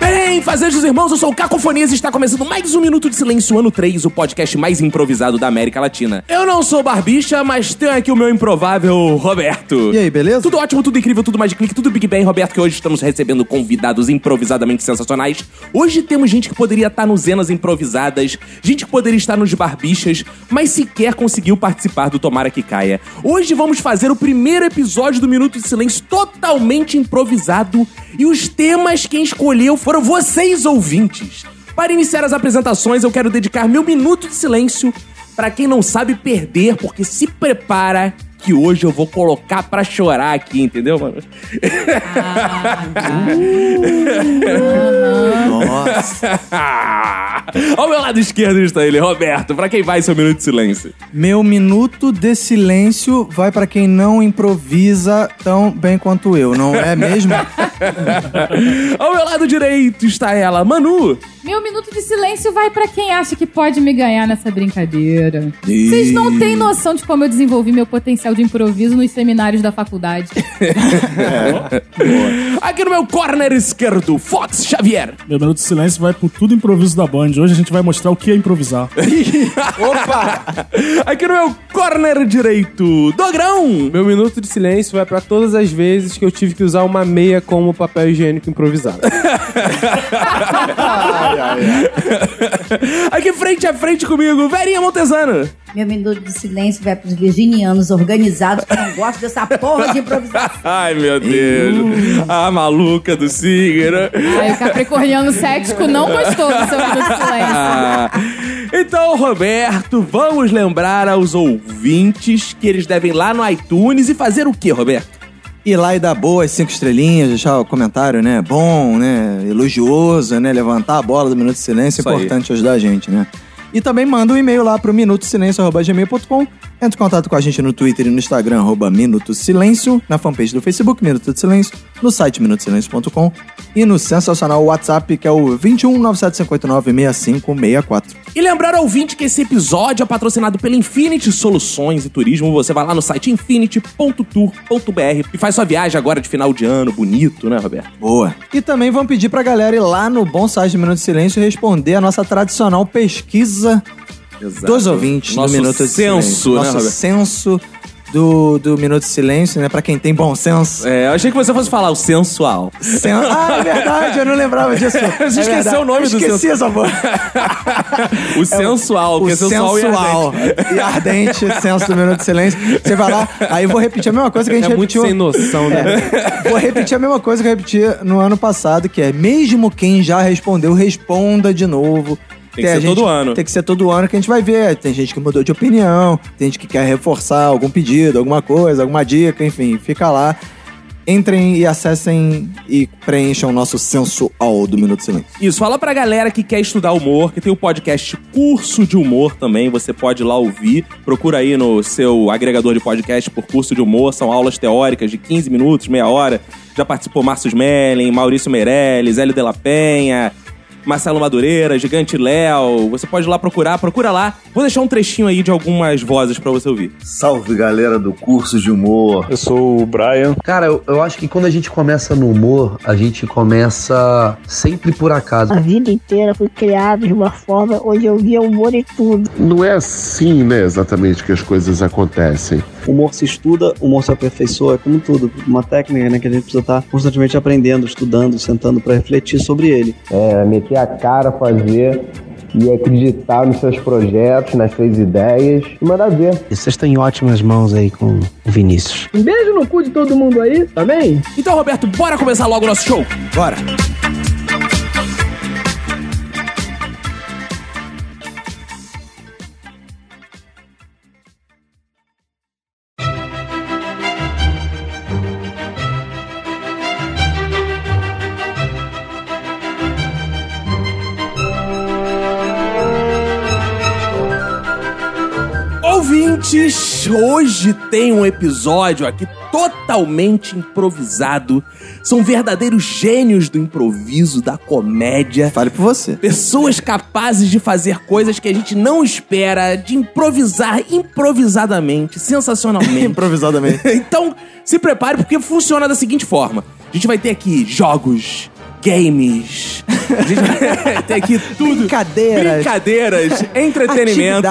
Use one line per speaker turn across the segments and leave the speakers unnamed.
Bem, fazejos irmãos, eu sou o Cacofonias e está começando mais um Minuto de Silêncio, ano 3, o podcast mais improvisado da América Latina. Eu não sou barbicha, mas tenho aqui o meu improvável Roberto.
E aí, beleza?
Tudo ótimo, tudo incrível, tudo mais de clique, tudo Big Bang, Roberto, que hoje estamos recebendo convidados improvisadamente sensacionais. Hoje temos gente que poderia estar nos Zenas Improvisadas, gente que poderia estar nos Barbichas, mas sequer conseguiu participar do Tomara Que Caia. Hoje vamos fazer o primeiro episódio do Minuto de Silêncio totalmente improvisado e os temas quem escolheu foram vocês, ouvintes. Para iniciar as apresentações, eu quero dedicar meu minuto de silêncio Pra quem não sabe perder, porque se prepara que hoje eu vou colocar pra chorar aqui, entendeu, mano?
Nossa.
Ao meu lado esquerdo está ele, Roberto. Pra quem vai, seu minuto de silêncio.
Meu minuto de silêncio vai pra quem não improvisa tão bem quanto eu, não é mesmo?
Ao meu lado direito está ela, Manu.
Meu minuto de silêncio vai pra quem acha que pode me ganhar nessa brincadeira. Vocês não têm noção de como eu desenvolvi meu potencial de improviso nos seminários da faculdade.
Aqui no meu corner esquerdo, Fox Xavier.
Meu minuto de silêncio vai pro tudo improviso da Band. Hoje a gente vai mostrar o que é improvisar.
Aqui no meu corner direito, Dogrão.
Meu minuto de silêncio vai pra todas as vezes que eu tive que usar uma meia como papel higiênico improvisado.
Aqui frente a frente comigo, Verinha Montesano.
Meu minuto de silêncio vai pros virginianos organizados que não gostam dessa porra de improvisação.
Ai, meu Deus. A maluca do signo.
Aí o capricorniano cético não gostou do seu minuto de silêncio.
Ah, Então, Roberto, vamos lembrar aos ouvintes que eles devem ir lá no iTunes e fazer o que, Roberto?
Ir lá e dar boas cinco estrelinhas, deixar o comentário, né? Bom, né? Elogioso, né? Levantar a bola do Minuto de Silêncio
Isso
é
aí.
importante ajudar a gente, né? E também manda um e-mail lá pro minutosilencio.gmail.com. Entra em contato com a gente no Twitter e no Instagram, arroba Minuto Silêncio, na fanpage do Facebook, Minuto de Silêncio, no site minutosilêncio.com e no sensacional WhatsApp, que é o 21 97589 6564.
E lembrar ao ouvinte que esse episódio é patrocinado pela Infinity Soluções e Turismo. Você vai lá no site infinity.tour.br e faz sua viagem agora de final de ano, bonito, né, Roberto?
Boa. E também vamos pedir pra galera ir lá no Bom Site do Minuto de Silêncio e responder a nossa tradicional pesquisa dos ouvintes
Nosso
do Minuto de
senso,
Silêncio.
né,
Nosso
Roberto?
senso do, do Minuto de Silêncio, né? Pra quem tem bom senso.
É, eu achei que você fosse falar o sensual.
Sen- Ah, é verdade, eu não lembrava disso.
Você
É
esqueceu
verdade.
o nome
eu
do
esqueci
senso.
essa porra.
O sensual,
o
porque sensual,
sensual
é
e ardente senso do Minuto de Silêncio. Você vai lá, aí eu vou repetir a mesma coisa que a gente
É muito
repetiu.
sem noção, né?
É. Vou repetir a mesma coisa que eu repeti no ano passado, que é mesmo quem já respondeu, responda de novo.
Tem que ser todo ano.
Tem que ser todo ano que a gente vai ver. Tem gente que mudou de opinião, tem gente que quer reforçar algum pedido, alguma coisa, alguma dica, enfim, fica lá. Entrem e acessem e preencham o nosso sensual do Minuto de Silêncio.
Isso, fala pra galera que quer estudar humor, que tem o podcast Curso de Humor também, você pode ir lá ouvir. Procura aí no seu agregador de podcast por Curso de Humor, são aulas teóricas de 15 minutos, meia hora. Já participou Márcio Smelling, Maurício Meirelles, Hélio de la Penha, Marcelo Madureira, Gigante Léo. Você pode ir lá procurar, procura lá. Vou deixar um trechinho aí de algumas vozes pra você ouvir.
Salve galera do curso de humor.
Eu sou o Brian.
Cara, eu, eu acho que quando a gente começa no humor, a gente começa sempre por acaso.
A vida inteira fui criado de uma forma onde eu via humor em tudo.
Não é assim, né, exatamente que as coisas acontecem.
O humor se estuda, o humor se aperfeiçoa, é como tudo, uma técnica né, que a gente precisa estar constantemente aprendendo, estudando, sentando para refletir sobre ele.
É, meter a cara, fazer e acreditar nos seus projetos, nas suas ideias e mandar ver.
vocês têm ótimas mãos aí com o Vinícius.
Então, Roberto, bora começar logo o nosso show.
Bora!
ouvintes, hoje tem um episódio aqui totalmente improvisado. São verdadeiros gênios do improviso, da comédia.
Fale por você.
Pessoas capazes de fazer coisas que a gente não espera, de improvisar improvisadamente, sensacionalmente.
improvisadamente.
então, se prepare porque funciona da seguinte forma: a gente vai ter aqui jogos, games, a gente vai ter aqui tudo.
Brincadeiras.
Brincadeiras, entretenimento.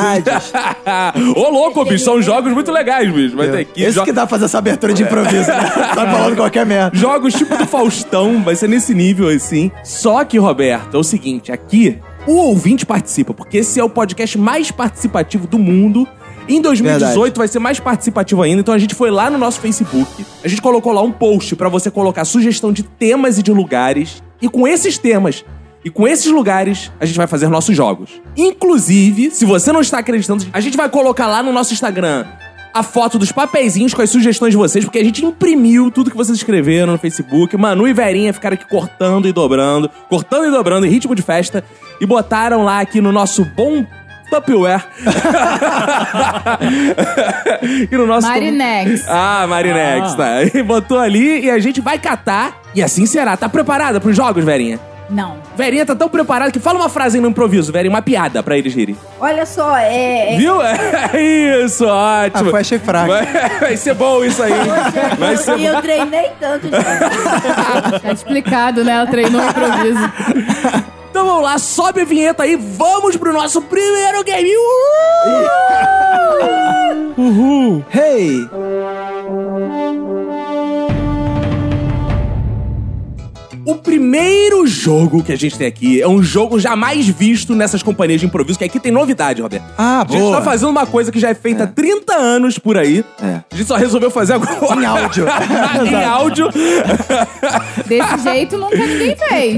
Ô, louco, bicho, são jogos muito legais, bicho. Vai ter aqui.
Esse
jo-
que dá pra fazer essa abertura de improviso, né? Tá falando qualquer merda.
Jogos tipo do Faustão, vai ser nesse nível assim. Só que, Roberto, é o seguinte: aqui o ouvinte participa, porque esse é o podcast mais participativo do mundo. Em 2018
Verdade.
vai ser mais participativo ainda, então a gente foi lá no nosso Facebook, a gente colocou lá um post pra você colocar sugestão de temas e de lugares, e com esses temas e com esses lugares a gente vai fazer nossos jogos. Inclusive, se você não está acreditando, a gente vai colocar lá no nosso Instagram a foto dos papeizinhos com as sugestões de vocês, porque a gente imprimiu tudo que vocês escreveram no Facebook. Manu e Verinha ficaram aqui cortando e dobrando, cortando e dobrando em ritmo de festa e botaram lá aqui no nosso bom Tupperware. e no nosso
Marinex.
Ah, Marinex, tá. E botou ali e a gente vai catar e assim será. Tá preparada pros jogos, Verinha?
Não.
Verinha tá tão preparada que fala uma frase aí no improviso, Verinha, uma piada pra eles rirem.
Olha só, é. é-
Viu? É isso, ótimo.
Ah, foi, achei fraco.
Vai, vai ser bom isso aí. Vai
Eu,
ser
e eu treinei tanto.
Tá explicado, né? Ela treinou o improviso.
Então vamos lá, sobe a vinheta aí, vamos pro nosso primeiro game. Uh! Uhul!
Uhul. Hey!
O primeiro jogo que a gente tem aqui é um jogo jamais visto nessas companhias de improviso, que aqui tem novidade, Roberto.
Ah,
a gente
boa.
tá fazendo uma coisa que já é feita há 30 anos por aí.
É.
A gente só resolveu fazer agora.
Em áudio.
em áudio.
Desse jeito nunca ninguém fez.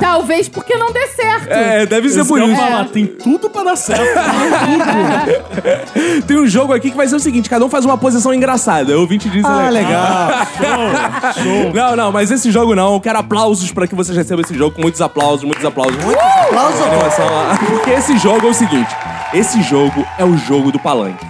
Talvez porque não dê certo.
É, deve ser
Isso
por
que eu
isso.
ia falar, tem tudo pra dar certo.
Tem um jogo aqui que vai ser o seguinte: cada um faz uma posição engraçada. O 20 diz.
Ah, legal.
Não, não, mas esse jogo não. Eu quero aplausos pra que vocês recebam esse jogo. com Muitos aplausos, muitos aplausos. Muitos
aplausos.
Porque esse jogo é o seguinte: esse jogo é o jogo do palanque.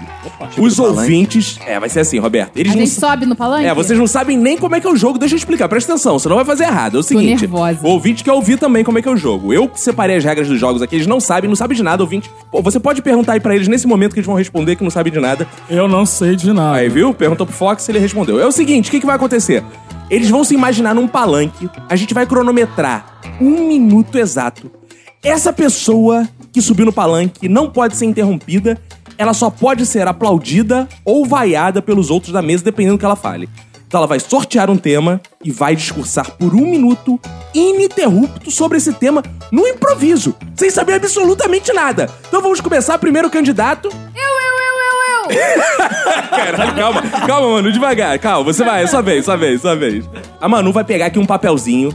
Os ouvintes. É, vai ser assim, Roberto.
A
Eles não
gente sobe no palanque?
é, vocês não sabem nem como é que é o jogo. Deixa eu explicar, presta atenção, senão vai fazer errado. É o seguinte:
nervosa.
o ouvinte quer ouvir também como é que é o jogo. Eu que separei as regras dos jogos aqui, eles não sabem, não sabem de nada, ouvinte. Pô, você pode perguntar aí pra eles nesse momento que eles vão responder que não sabem de nada.
Eu não sei de nada.
Aí, viu? Perguntou pro Fox e ele respondeu. É o seguinte: o que, que vai acontecer? Eles vão se imaginar num palanque, a gente vai cronometrar um minuto exato. Essa pessoa que subiu no palanque não pode ser interrompida, ela só pode ser aplaudida ou vaiada pelos outros da mesa, dependendo do que ela fale. Então ela vai sortear um tema e vai discursar por um minuto ininterrupto sobre esse tema no improviso, sem saber absolutamente nada. Então vamos começar primeiro o candidato.
Eu, eu, eu, eu, eu.
Caralho, calma, calma, Manu, devagar, calma. Você vai, é sua vez, sua vez, sua vez. A Manu vai pegar aqui um papelzinho.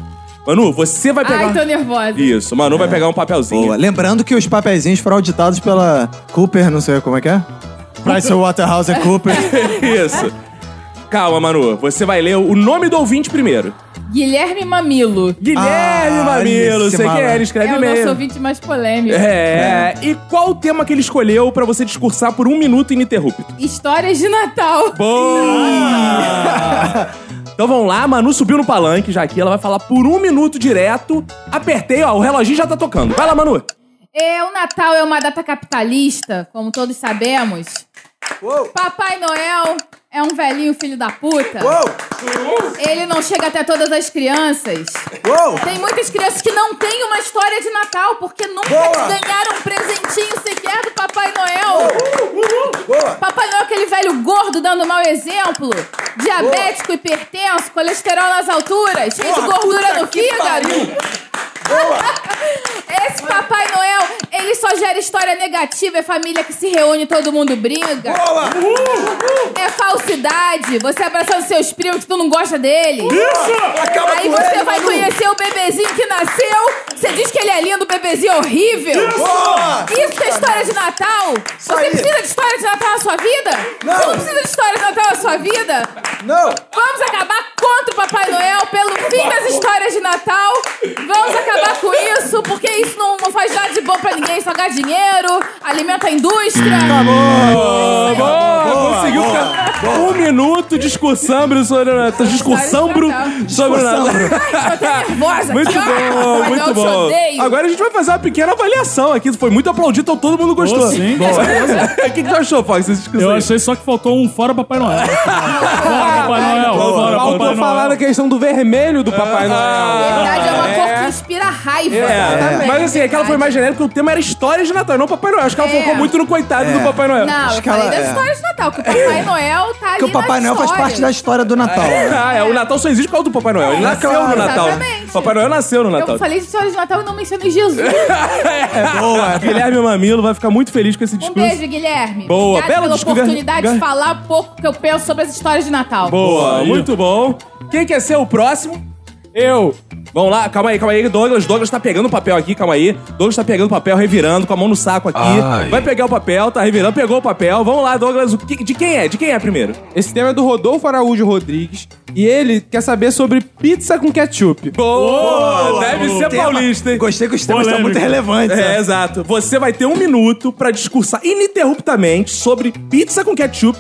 Manu, você vai pegar.
Ai, tô nervosa.
Isso, Manu vai pegar um papelzinho.
Boa. Lembrando que os papeizinhos foram auditados pela Cooper, não sei como é que é. Price Waterhouse Cooper.
Isso. Calma, Manu. Você vai ler o nome do ouvinte primeiro.
Guilherme Mamilo.
Guilherme
Ah,
Mamilo,
esse
sei quem é,
malandro.
ele
É
escreve
o
e-mail.
nosso ouvinte mais polêmico.
É, e qual o tema que ele escolheu pra você discursar por um minuto ininterrupto?
Histórias de Natal.
Boa! então vamos lá, Manu subiu no palanque já aqui, ela vai falar por um minuto direto. Apertei, ó, o reloginho já tá tocando. Vai lá, Manu.
É, o Natal é uma data capitalista, como todos sabemos. Papai Noel é um velhinho filho da puta. Ele não chega até todas as crianças. Tem muitas crianças que não têm uma história de Natal porque nunca ganharam um presentinho sequer do Papai Noel. Papai Noel é aquele velho gordo dando mau exemplo. Diabético, hipertenso, colesterol nas alturas, cheio de gordura no fígado. Esse Papai Noel, ele só gera história negativa, é família que se reúne e todo mundo briga. É falsidade, você abraçando seus primos que tu não gosta dele.
Acaba
Aí
com
você
ele,
vai
Manu.
conhecer o bebezinho que nasceu, você diz que ele é lindo, o bebezinho é horrível.
Isso! Boa!
Isso que é história de Natal? você precisa de história de Natal na sua vida? Não. Você não precisa de história de Natal na sua vida? Não! Vamos acabar com contra o Papai Noel pelo fim das histórias de Natal. Vamos acabar com isso, porque isso não, não faz nada de bom pra ninguém, só ganha dinheiro, alimenta a indústria.
Tá Boa, boa, conseguiu ficar um minuto discursando sobre o Natal. Discussão sobre o Natal.
Ai, eu tô nervosa
Muito
aqui, ó.
bom,
Papai Noel,
muito
eu te
bom.
odeio.
Agora a gente vai fazer uma pequena avaliação aqui. Foi muito aplaudido, então todo mundo gostou.
Boa, sim. Boa.
O que que tu achou, Fox? Essa discussão
Eu
aí?
achei só que faltou um fora Papai Noel. Fora Papai Noel, fora
Faltou
Papai
falar
Noel.
da questão do vermelho do Papai Noel.
Verdade, Ah, é uma cor que inspira raiva.
É,
Exatamente.
mas assim, aquela foi mais genérica porque o tema era histórias de Natal, não Papai Noel. Acho que ela
É.
focou muito no coitado do Papai Noel.
Não, eu falei das histórias de Natal, que o Papai Noel tá ali
é. Porque o Papai
nas
Noel faz
histórias.
parte da história do Natal. né?
Ah, é, o Natal só existe por causa do Papai Noel. Ele nasceu no Natal.
Exatamente.
Papai Noel nasceu no Natal.
Eu falei de histórias de Natal e não mencionei Jesus.
É boa. Guilherme Mamilo vai ficar muito feliz com esse
Um
discurso.
beijo, Guilherme.
Boa,
Obrigada
bela
pela
discu-
oportunidade
Gar-
de falar um pouco que eu penso sobre as histórias de Natal.
Boa, muito bom. Quem quer ser o próximo? Eu. Vamos lá, calma aí, calma aí. Douglas, Douglas tá pegando o papel aqui, calma aí. Douglas tá pegando o papel, revirando, com a mão no saco aqui.
Ai.
Vai pegar o papel, tá revirando, pegou o papel. Vamos lá, Douglas. o que- de quem é? De quem é primeiro?
Esse tema é do Rodolfo Araújo Rodrigues e ele quer saber sobre pizza com ketchup.
Boa! Deve ser paulista, hein?
Gostei que os temas são muito
Polêmico.
relevantes.
É,
né?
exato. Você vai ter um minuto pra discursar ininterruptamente sobre pizza com ketchup.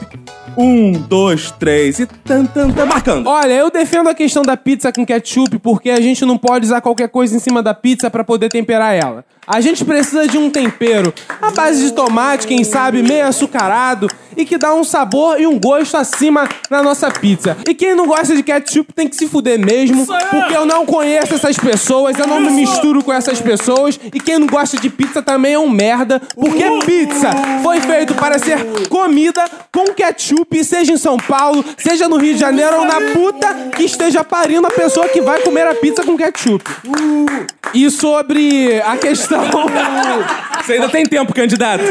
Um, dois, três e tan, tan, tan, marcando.
Olha, eu defendo a questão da pizza com ketchup porque a gente não pode usar qualquer coisa em cima da pizza pra poder temperar ela. A gente precisa de um tempero à base de tomate, quem sabe, meio açucarado e que dá um sabor e um gosto acima na nossa pizza. E quem não gosta de ketchup tem que se fuder mesmo, porque eu não conheço essas pessoas, eu não me misturo com essas pessoas e quem não gosta de pizza também é um merda, porque pizza foi feito para ser comida com ketchup, seja em São Paulo, seja no Rio de Janeiro ou na puta que esteja parindo a pessoa que vai comer a pizza com ketchup. E sobre a questão.
Você ainda tem tempo, candidato.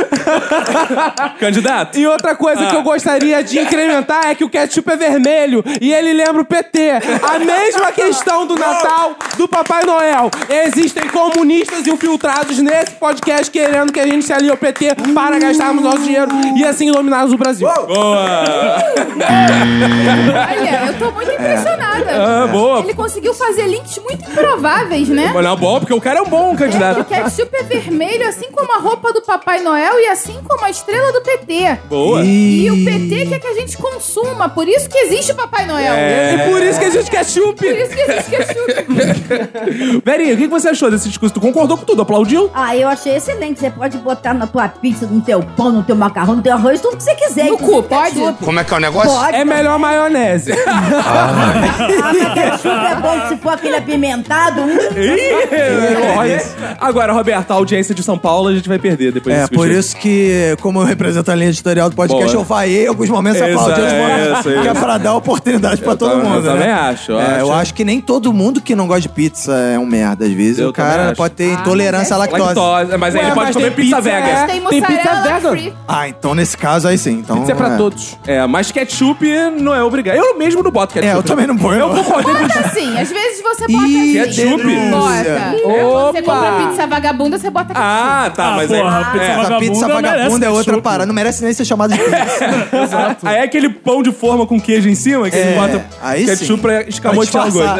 candidato.
E outra coisa que eu gostaria de incrementar é que o ketchup é vermelho e ele lembra o PT. A mesma questão do Natal do Papai Noel. Então, Existem comunistas infiltrados nesse podcast querendo que a gente se alie ao PT para gastarmos nosso dinheiro e assim iluminarmos o Brasil.
Olha, eu tô muito impressionada.
É. Ah, boa.
Ele conseguiu fazer links muito improváveis, né?
Mas não, bom, porque o cara é um bom
É, o
candidato.
ketchup é vermelho, assim como a roupa do Papai Noel e assim como a estrela do PT.
Boa.
E o PT quer que a gente consuma, por isso que existe o Papai Noel.
É.
E por isso que a gente
Por
ketchup.
isso que existe ketchup.
Verinha, o que que você achou desse discurso? Tu concordou com tudo? Aplaudiu?
Ah, eu achei excelente. Você pode botar na tua pizza, no teu pão, no teu macarrão, no teu arroz, tudo que você quiser.
No cu, pode?
Como é que é o negócio? Pode.
É melhor maionese.
Ah, mas ketchup é bom se for aquele apimentado. hum.
Olha. Agora, Roberto, a audiência de São Paulo a gente vai perder depois
É,
desse
por
vídeo.
isso que, como eu represento a linha editorial do podcast,
Boa.
eu vaiei alguns momentos
Isso,
aplaudi outros
é,
momentos.
isso,
que é
isso.
pra dar oportunidade pra todo
também- eu
mundo, né?
também acho, eu
É,
acho.
Eu acho que nem todo mundo que não gosta de pizza é um merda, às vezes.
Eu
o cara
também
pode
Ah,
ter intolerância à
é
lactose.
Lactose. Mas aí
Ué,
ele pode
mas
comer
tem
pizza,
pizza,
vegan.
é.
Tem
Tem pizza
mussarela
vegan.
free.
Ah, então nesse caso aí sim. Então,
Isso é pra
é.
todos.
É, mas ketchup não é obrigado. Eu mesmo não boto ketchup.
É, eu também não ponho.
Eu concordei com
Bota assim, às vezes você bota assim.
Ih,
ketchup?
Bota. Quando Você
Opa!
compra pizza vagabunda, você bota ketchup.
Ah, tá,
Ah,
mas
porra,
aí...
a pizza
é.
Mas a pizza
Vagabunda merece
vagabunda é outra
ketchup.
parada. Não merece nem ser chamada de pizza.
Exato. Aí é aquele pão de forma com queijo em cima que
É,
você bota
aí
ketchup
sim.
pra escamotear o
Pra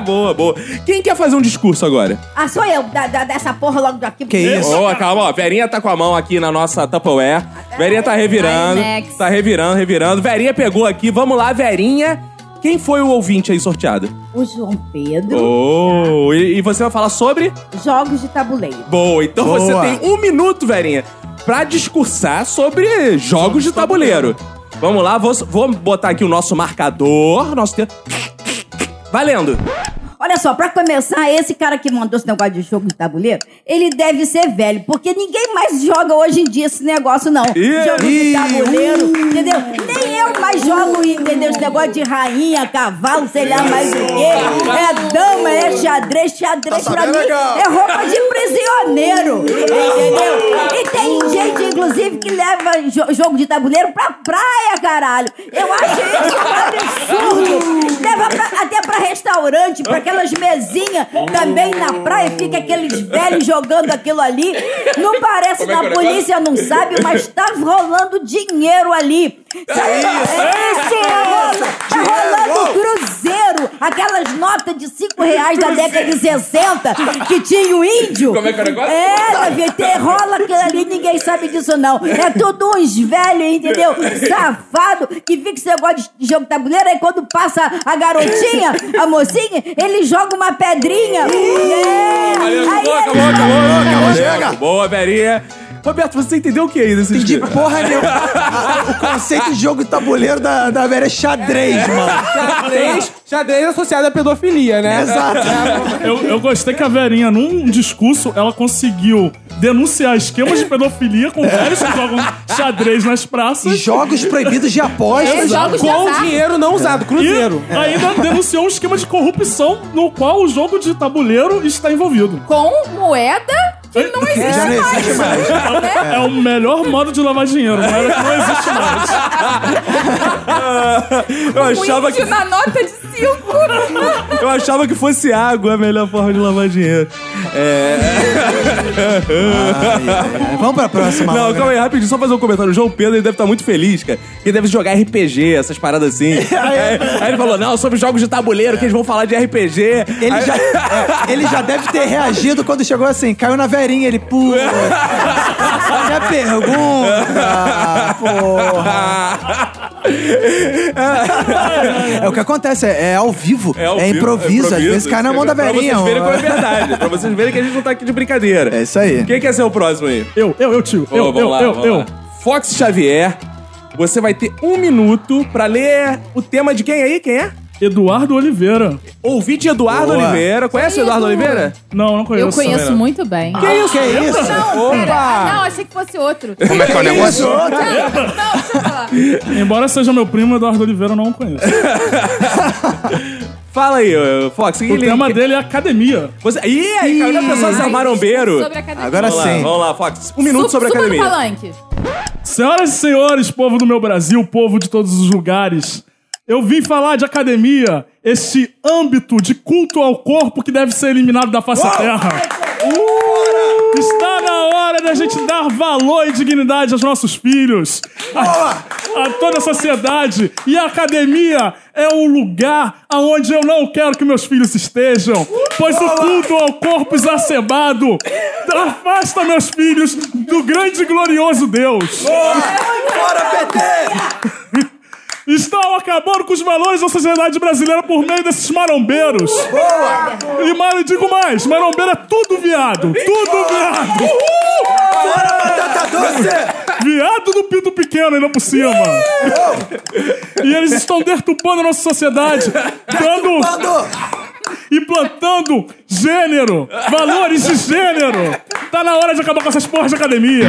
gosto. boa, boa. Quem quer fazer um discurso agora?
Ah, sou eu, da- da- dessa porra logo daqui.
Que isso?
Boa, calma, ó. Verinha tá com a mão aqui na nossa Tupperware. Verinha tá revirando.
Ai, Max.
Tá revirando, revirando. Verinha pegou aqui. Vamos lá, Verinha. Quem foi o ouvinte aí sorteado?
O João Pedro,
Oh, e, e você vai falar sobre?
jogos de tabuleiro.
Boa, então
Boa.
você tem um minuto, Verinha, pra discursar sobre jogos de tabuleiro. Vamos lá, vou, vou botar aqui o nosso marcador. Nosso tempo. Valendo!
Olha só, pra começar, esse cara que mandou esse negócio de jogo de tabuleiro, ele deve ser velho, porque ninguém mais joga hoje em dia esse negócio, não.
Ih,
jogo
ih,
de tabuleiro, entendeu? Nem eu mais jogo, entendeu? Esse negócio de rainha, cavalo, sei lá mais o quê. É dama, é xadrez, xadrez pra mim é roupa de prisioneiro, entendeu? E tem gente, inclusive, que leva jo- jogo de tabuleiro pra praia, caralho. Eu acho isso um absurdo. Leva pra- até pra restaurante, pra aquelas mesinhas também na praia, fica aqueles velhos jogando aquilo ali. Não parece, na polícia não sabe, mas tá rolando dinheiro ali. Sabe? É isso! Tá Tá rolando um cruzeiro, aquelas notas de 5 reais da década de 60 que tinha o índio.
Como é que é o negócio?
É, VT, rola aquilo ali, ninguém sabe disso não. É tudo uns velhos, entendeu? Safado, que fica esse negócio de jogo de tabuleiro, aí quando passa a garotinha, a mocinha, ele joga uma pedrinha. É, aí
Boa, acabou, acabou, acabou. Chega. Boa, Verinha. Roberto, você entendeu o que é isso? Entendi
porra nenhuma. O conceito de jogo de tabuleiro da, da velha é xadrez, mano. É,
Xadrez, xadrez associado à pedofilia, né?
Eu, eu gostei que a Verinha, num discurso, ela conseguiu denunciar esquemas de pedofilia com velhos que jogam xadrez nas praças.
Jogos proibidos de apostas. É, jogos de
Com
azar.
dinheiro
não usado,
cruzeiro. E ainda denunciou um esquema de corrupção no qual o jogo de tabuleiro está envolvido.
Com moeda que não existe
Já não
mais. né?
existe mais. É o melhor modo de lavar dinheiro, moeda que não existe mais.
Eu
Um
achava que
índio na nota de 5.
Eu achava que fosse água é a melhor forma de lavar dinheiro. É.
Vamos pra próxima.
Não, calma aí, rapidinho, só fazer um comentário. O João Pedro ele deve estar muito feliz, cara. Que deve jogar RPG, essas paradas assim. aí, aí ele falou: não, sobre jogos de tabuleiro, que eles vão falar de RPG.
Ele já, é, ele já deve ter reagido quando chegou assim, caiu na verinha, ele, pô. Olha a pergunta, Ah, porra. É o que acontece, é, é ao vivo. É,
ao vivo,
improviso, às vezes cai na mão da verinha.
Pra vocês verem
ó.
como é verdade. Pra vocês verem que a gente não tá aqui de brincadeira. É
isso aí.
Quem quer ser o próximo aí?
Eu, eu, eu, tio.
Pô,
eu,
vamos
eu,
lá,
eu,
vamos
eu.
lá. Fox Xavier, você vai ter um minuto pra ler o tema de quem aí? Quem é?
Eduardo Oliveira.
Ouvinte Eduardo
Boa.
Oliveira. Conhece o Eduardo Oliveira?
Não, não conheço.
Eu conheço muito bem.
Que isso? Que isso?
Não, pera.
Opa!
Ah, Não, achei que fosse outro.
Como é que é o negócio?
Não, não, deixa eu falar.
Embora seja meu primo, Eduardo Oliveira eu não o conheço.
Fala aí, ô, Fox.
O tema dele é academia.
Você... Ih, aí, caiu na pessoa
Ai,
de marombeiro.
sobre academia. Agora
vamos
sim.
Lá, vamos lá, Fox. Um minuto
Su-
sobre a
suba no
academia.
palanque.
Senhoras e senhores, povo do meu Brasil, povo de todos os lugares, eu vim falar de academia, esse âmbito de culto ao corpo que deve ser eliminado da face da terra. Uh! Está na hora da gente dar valor e dignidade aos nossos filhos, a, a toda a sociedade. E a academia é o lugar aonde eu não quero que meus filhos estejam, pois o culto ao corpo exacerbado afasta meus filhos do grande e glorioso Deus. Estão acabando com os valores da sociedade brasileira por meio desses marombeiros. Boa! E mano, eu digo mais, marombeiro é tudo viado. Tudo viado. Bora, batata doce! Viado do pinto pequeno ainda por cima. E eles estão derrubando a nossa sociedade, dando... E plantando gênero, valores de gênero. Tá na hora de acabar com essas porras de academia.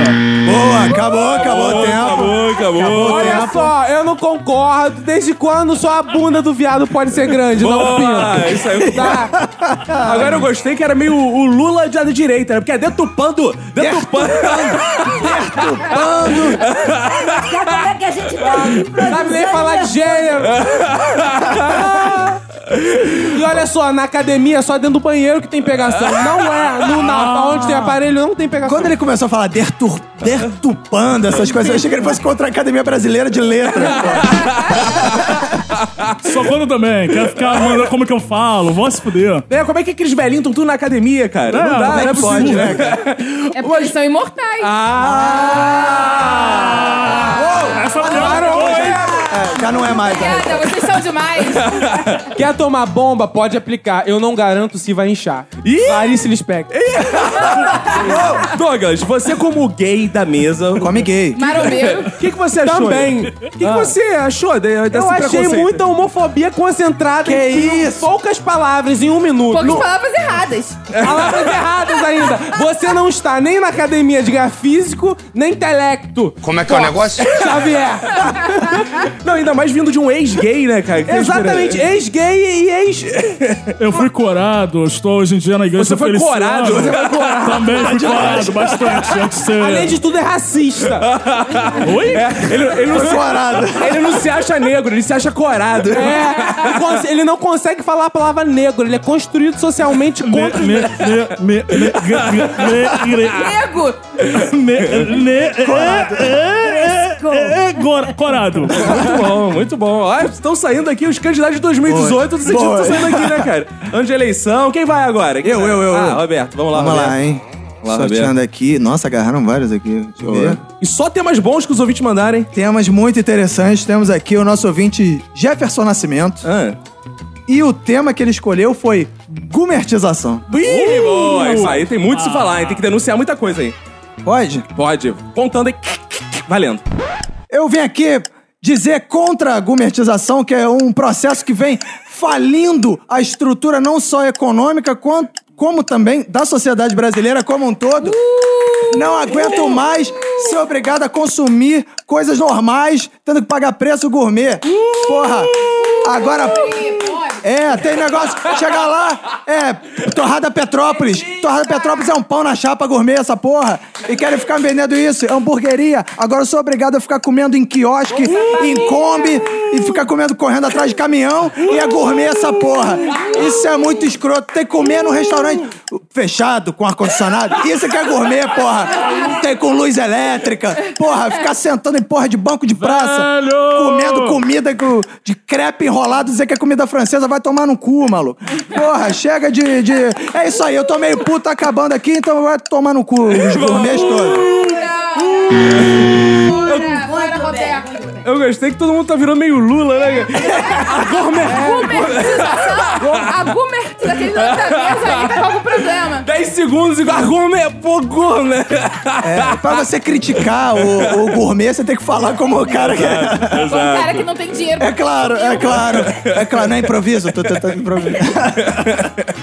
Boa, acabou, acabou o tempo.
Acabou, acabou.
Olha só, eu não concordo. Desde quando só a bunda do viado pode ser grande, não o
Boa,
pinto?
isso aí.
Tá.
Agora eu gostei que era meio o Lula de da direita, né? Porque é detupando, detupando.
Sabe como é que a gente tá né? improvisando?
Sabe nem falar de gênero. E olha só, na academia é só dentro do banheiro que tem pegação. Não é no Natal onde tem aparelho, não tem pegação.
Quando ele começou a falar dertur, dertupando, essas coisas, eu achei que ele fosse contra a Academia Brasileira de Letras.
Só quando também, quer ficar mandando como que eu falo, vou se fuder.
É, como é que aqueles velhinhos estão tudo na academia, cara?
É,
não dá,
como é
não é
que
possível,
pode,
né,
né,
cara?
É porque eles são imortais.
Ah!
Ah,
Essa
Já não é mais.
Obrigada, vocês são demais.
Quer tomar bomba? Pode aplicar. Eu não garanto se vai inchar. Clarice Lispector.
Douglas, você como gay da mesa...
Come gay.
Marombeiro.
O que, que você achou?
Também. Ah.
O que, que você achou de- desse
Eu achei
preconceito?
muita homofobia concentrada
Que
em
isso?
poucas palavras em um minuto.
Poucas
No-
palavras erradas.
Palavras erradas ainda. Você não está nem na academia de ganhar físico, nem intelecto. Como é que é o negócio? Xavier.
Não, ainda mais vindo de um ex-gay, né, cara? Que tem
Exatamente.
esperança.
Ex-gay e ex...
Eu fui corado, eu estou hoje em dia na igreja
Você foi
Feliciano.
corado? Você foi corado.
Também fui
Demais.
corado, bastante, antes de ser...
Além de tudo, é racista.
Oi?
É, ele, ele não
Foi
se,
corado.
ele não se acha negro, ele se acha corado.
É, ele cons- ele não consegue falar a palavra negro, ele é construído socialmente
Ne-
contra.
ne- ne- ne- ne-
Ah.
gre- gre- ne- eh, gre-
Nego.
ne- ne- é- é- é-
Marco!
É, Cor- Corado.
Muito bom, muito bom. Ah, estão saindo aqui os candidatos de 2018 do sentido
Boa.
estão saindo aqui, né, cara? Ano de eleição, quem vai agora? Quem
Eu,
vai?
eu, eu,
Ah,
eu.
Roberto, vamos lá,
Vamos
Roberto.
lá, hein?
Lá,
Sorteando
Roberto.
aqui. Nossa, agarraram vários aqui. Deixa eu ver.
né? E só temas bons que os ouvintes mandarem.
Temas muito interessantes. Temos aqui o nosso ouvinte Jefferson Nascimento.
Ah.
E o tema que ele escolheu foi gumertização.
Ih, boa, isso aí tem muito o que se falar, hein? Tem que denunciar muita coisa aí.
Pode?
Pode. Contando aí. Valendo.
Eu vim aqui dizer contra a gumertização, que é um processo que vem falindo a estrutura não só econômica, quan- como também da sociedade brasileira como um todo. Não aguento mais ser obrigado a consumir coisas normais, tendo que pagar preço gourmet. Porra! Agora. É, tem negócio. Chegar lá, é. Torrada Petrópolis. Torrada Petrópolis é um pão na chapa gourmet, essa porra. E querem ficar vendendo isso. É Hamburgueria. Agora eu sou obrigado a ficar comendo em quiosque, em Kombi, e ficar comendo correndo atrás de caminhão. E é gourmet essa porra. Isso é muito escroto. Tem que comer num restaurante fechado, com ar-condicionado. Isso que é gourmet, porra. Tem com luz elétrica. Porra, ficar sentando em porra de banco de praça. Comendo comida com- de crepe enrolado, dizer que é comida francesa, vai tomar no cu, maluco. Porra, chega de, de. É isso aí, eu tô meio puto acabando aqui, então vai tomar no cu os gourmets todos.
Bora, bora, Roberto.
Eu gostei que todo mundo tá virando meio Lula, né? Ah!
A gumertização, aquele nome da mesa aí tá com algum problema.
10 segundos e argume é pouco, né?
É, pra você criticar o, o gourmet, você tem que falar como o cara que é.
Um cara que não tem dinheiro.
É claro, é claro. É claro, não é improviso, tô tentando improvisar.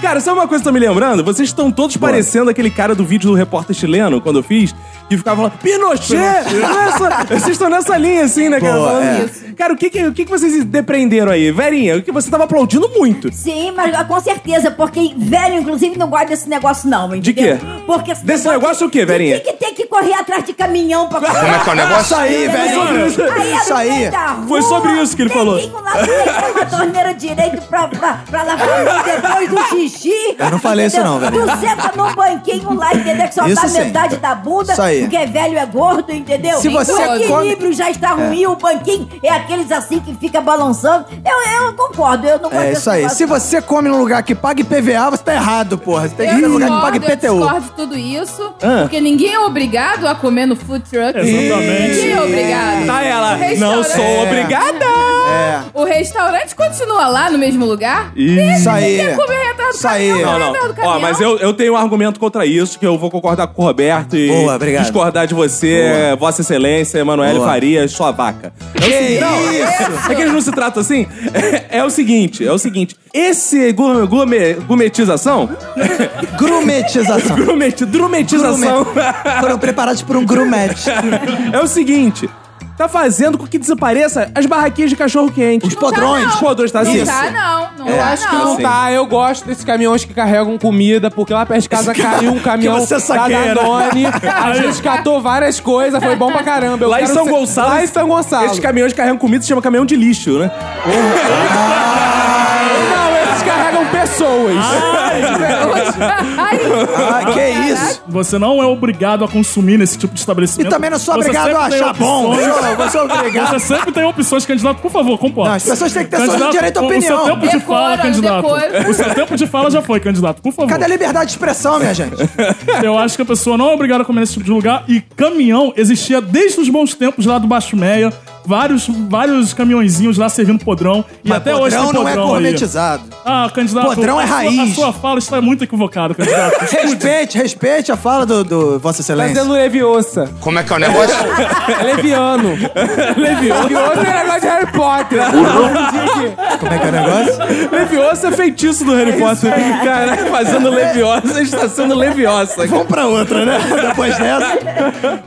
Cara, sabe uma coisa que eu tô me lembrando? Vocês estão todos parecendo aquele cara do vídeo do repórter chileno, quando eu fiz, que ficava falando, Pinochet! Não é essa- Vocês estão nessa linha, assim, né, cara?
Boa,
Falando
é.
isso. Cara, o que, que, o que que vocês depreenderam aí? Verinha, o que você tava aplaudindo muito.
Sim, mas ah, com certeza, porque velho, inclusive, não gosta desse negócio, não.
De quê?
Entendeu? Porque esse
Desse negócio o quê, Verinha?
que tem que correr atrás de caminhão pra comer.
Como é que é o negócio? Isso aí, velho.
Isso aí.
Isso aí. Foi sobre isso que ele falou.
Uma torneira direito pra, pra, pra lavar depois do xixi.
Eu não falei isso não,
velho.
Verinha.
Tu senta num banquinho lá, entendeu? Que só
Isso
dá
sim.
metade da bunda.
Isso aí.
Porque é velho é gordo, entendeu?
Se você
o
come-
equilíbrio já está ruim, o banquinho é aqueles assim que fica balançando. Eu, eu concordo, eu não gosto
É
desse
isso aí.
negócio,
Se você come num lugar que paga IPVA, você tá errado, porra. Você tem que ser num lugar que paga
eu discordo
IPTU.
de tudo isso,
Ah.
porque ninguém é obrigado a comer no food truck.
Exatamente.
Ninguém é obrigado.
Tá ela,
Restaurante-
não sou obrigada.
É.
O restaurante continua lá no mesmo lugar.
Isso
aí.
aí.
Quer comer retardo
Isso aí. Não, não. Ó, mas eu, eu tenho um argumento contra isso, que eu vou concordar com o Roberto e
Boa, obrigado.
discordar de você, Vossa Excelência, Emanuele
Boa.
Faria, sua vaca. É o
Que
seguinte- não,
isso?
É que eles não se tratam assim? É, é o seguinte, é o seguinte. Esse gu- gume- gumetização...
Grumetização.
Grumeti, drumetização.
Grumet. Foram preparados por um grumete.
É o seguinte... Tá fazendo com que desapareça as barraquinhas de cachorro quente. Os
podrões.
Os podrões, tá
Não
assim.
tá, não. Não
Eu
tá,
acho que
não.
não
Não tá, eu gosto desses caminhões que carregam comida, porque lá perto de casa caiu um caminhão
você
da
saqueia, né?
Danone. A gente catou várias coisas, foi bom pra caramba. Eu
Lá em
quero
São
ser-
Gonçalo.
Lá em São Gonçalo.
Esses caminhões que carregam comida se chama caminhão de lixo, né?
Não, esses carregam pessoas.
Ah, que isso?
Você não é obrigado a consumir nesse tipo de estabelecimento.
E também não sou
Você
obrigado
sempre
a
tem
achar bom.
opções.
Eu não, eu sou obrigado.
Você sempre tem opções, candidato. Por favor, comporte.
Não, as pessoas têm que ter seu direito à
O
opinião.
seu tempo de
Decora,
fala, candidato.
decora.
O seu tempo de fala já foi, candidato. Por favor.
Cadê a liberdade de expressão, minha gente?
Eu acho que a pessoa não é obrigada a comer nesse tipo de lugar. E caminhão existia desde os bons tempos lá do Baixo Meia. Vários, vários caminhõezinhos lá servindo podrão. E
Mas
até
podrão
hoje tem podrão
não é
aí.
gourmetizado.
Ah, candidato.
Podrão é
a sua-
raiz.
A sua fala está muito equivocada, candidato.
Respeite, respeite a fala do, do Vossa Excelência.
é
Fazendo leviosa.
Como é que é o negócio?
Leviano. Levioso. Levioso é negócio de Harry Potter.
Como é que é o negócio?
Leviosa é feitiço do Harry Potter. Caralho, fazendo leviosa, está sendo leviosa.
Vamos pra outra, né? Depois dessa.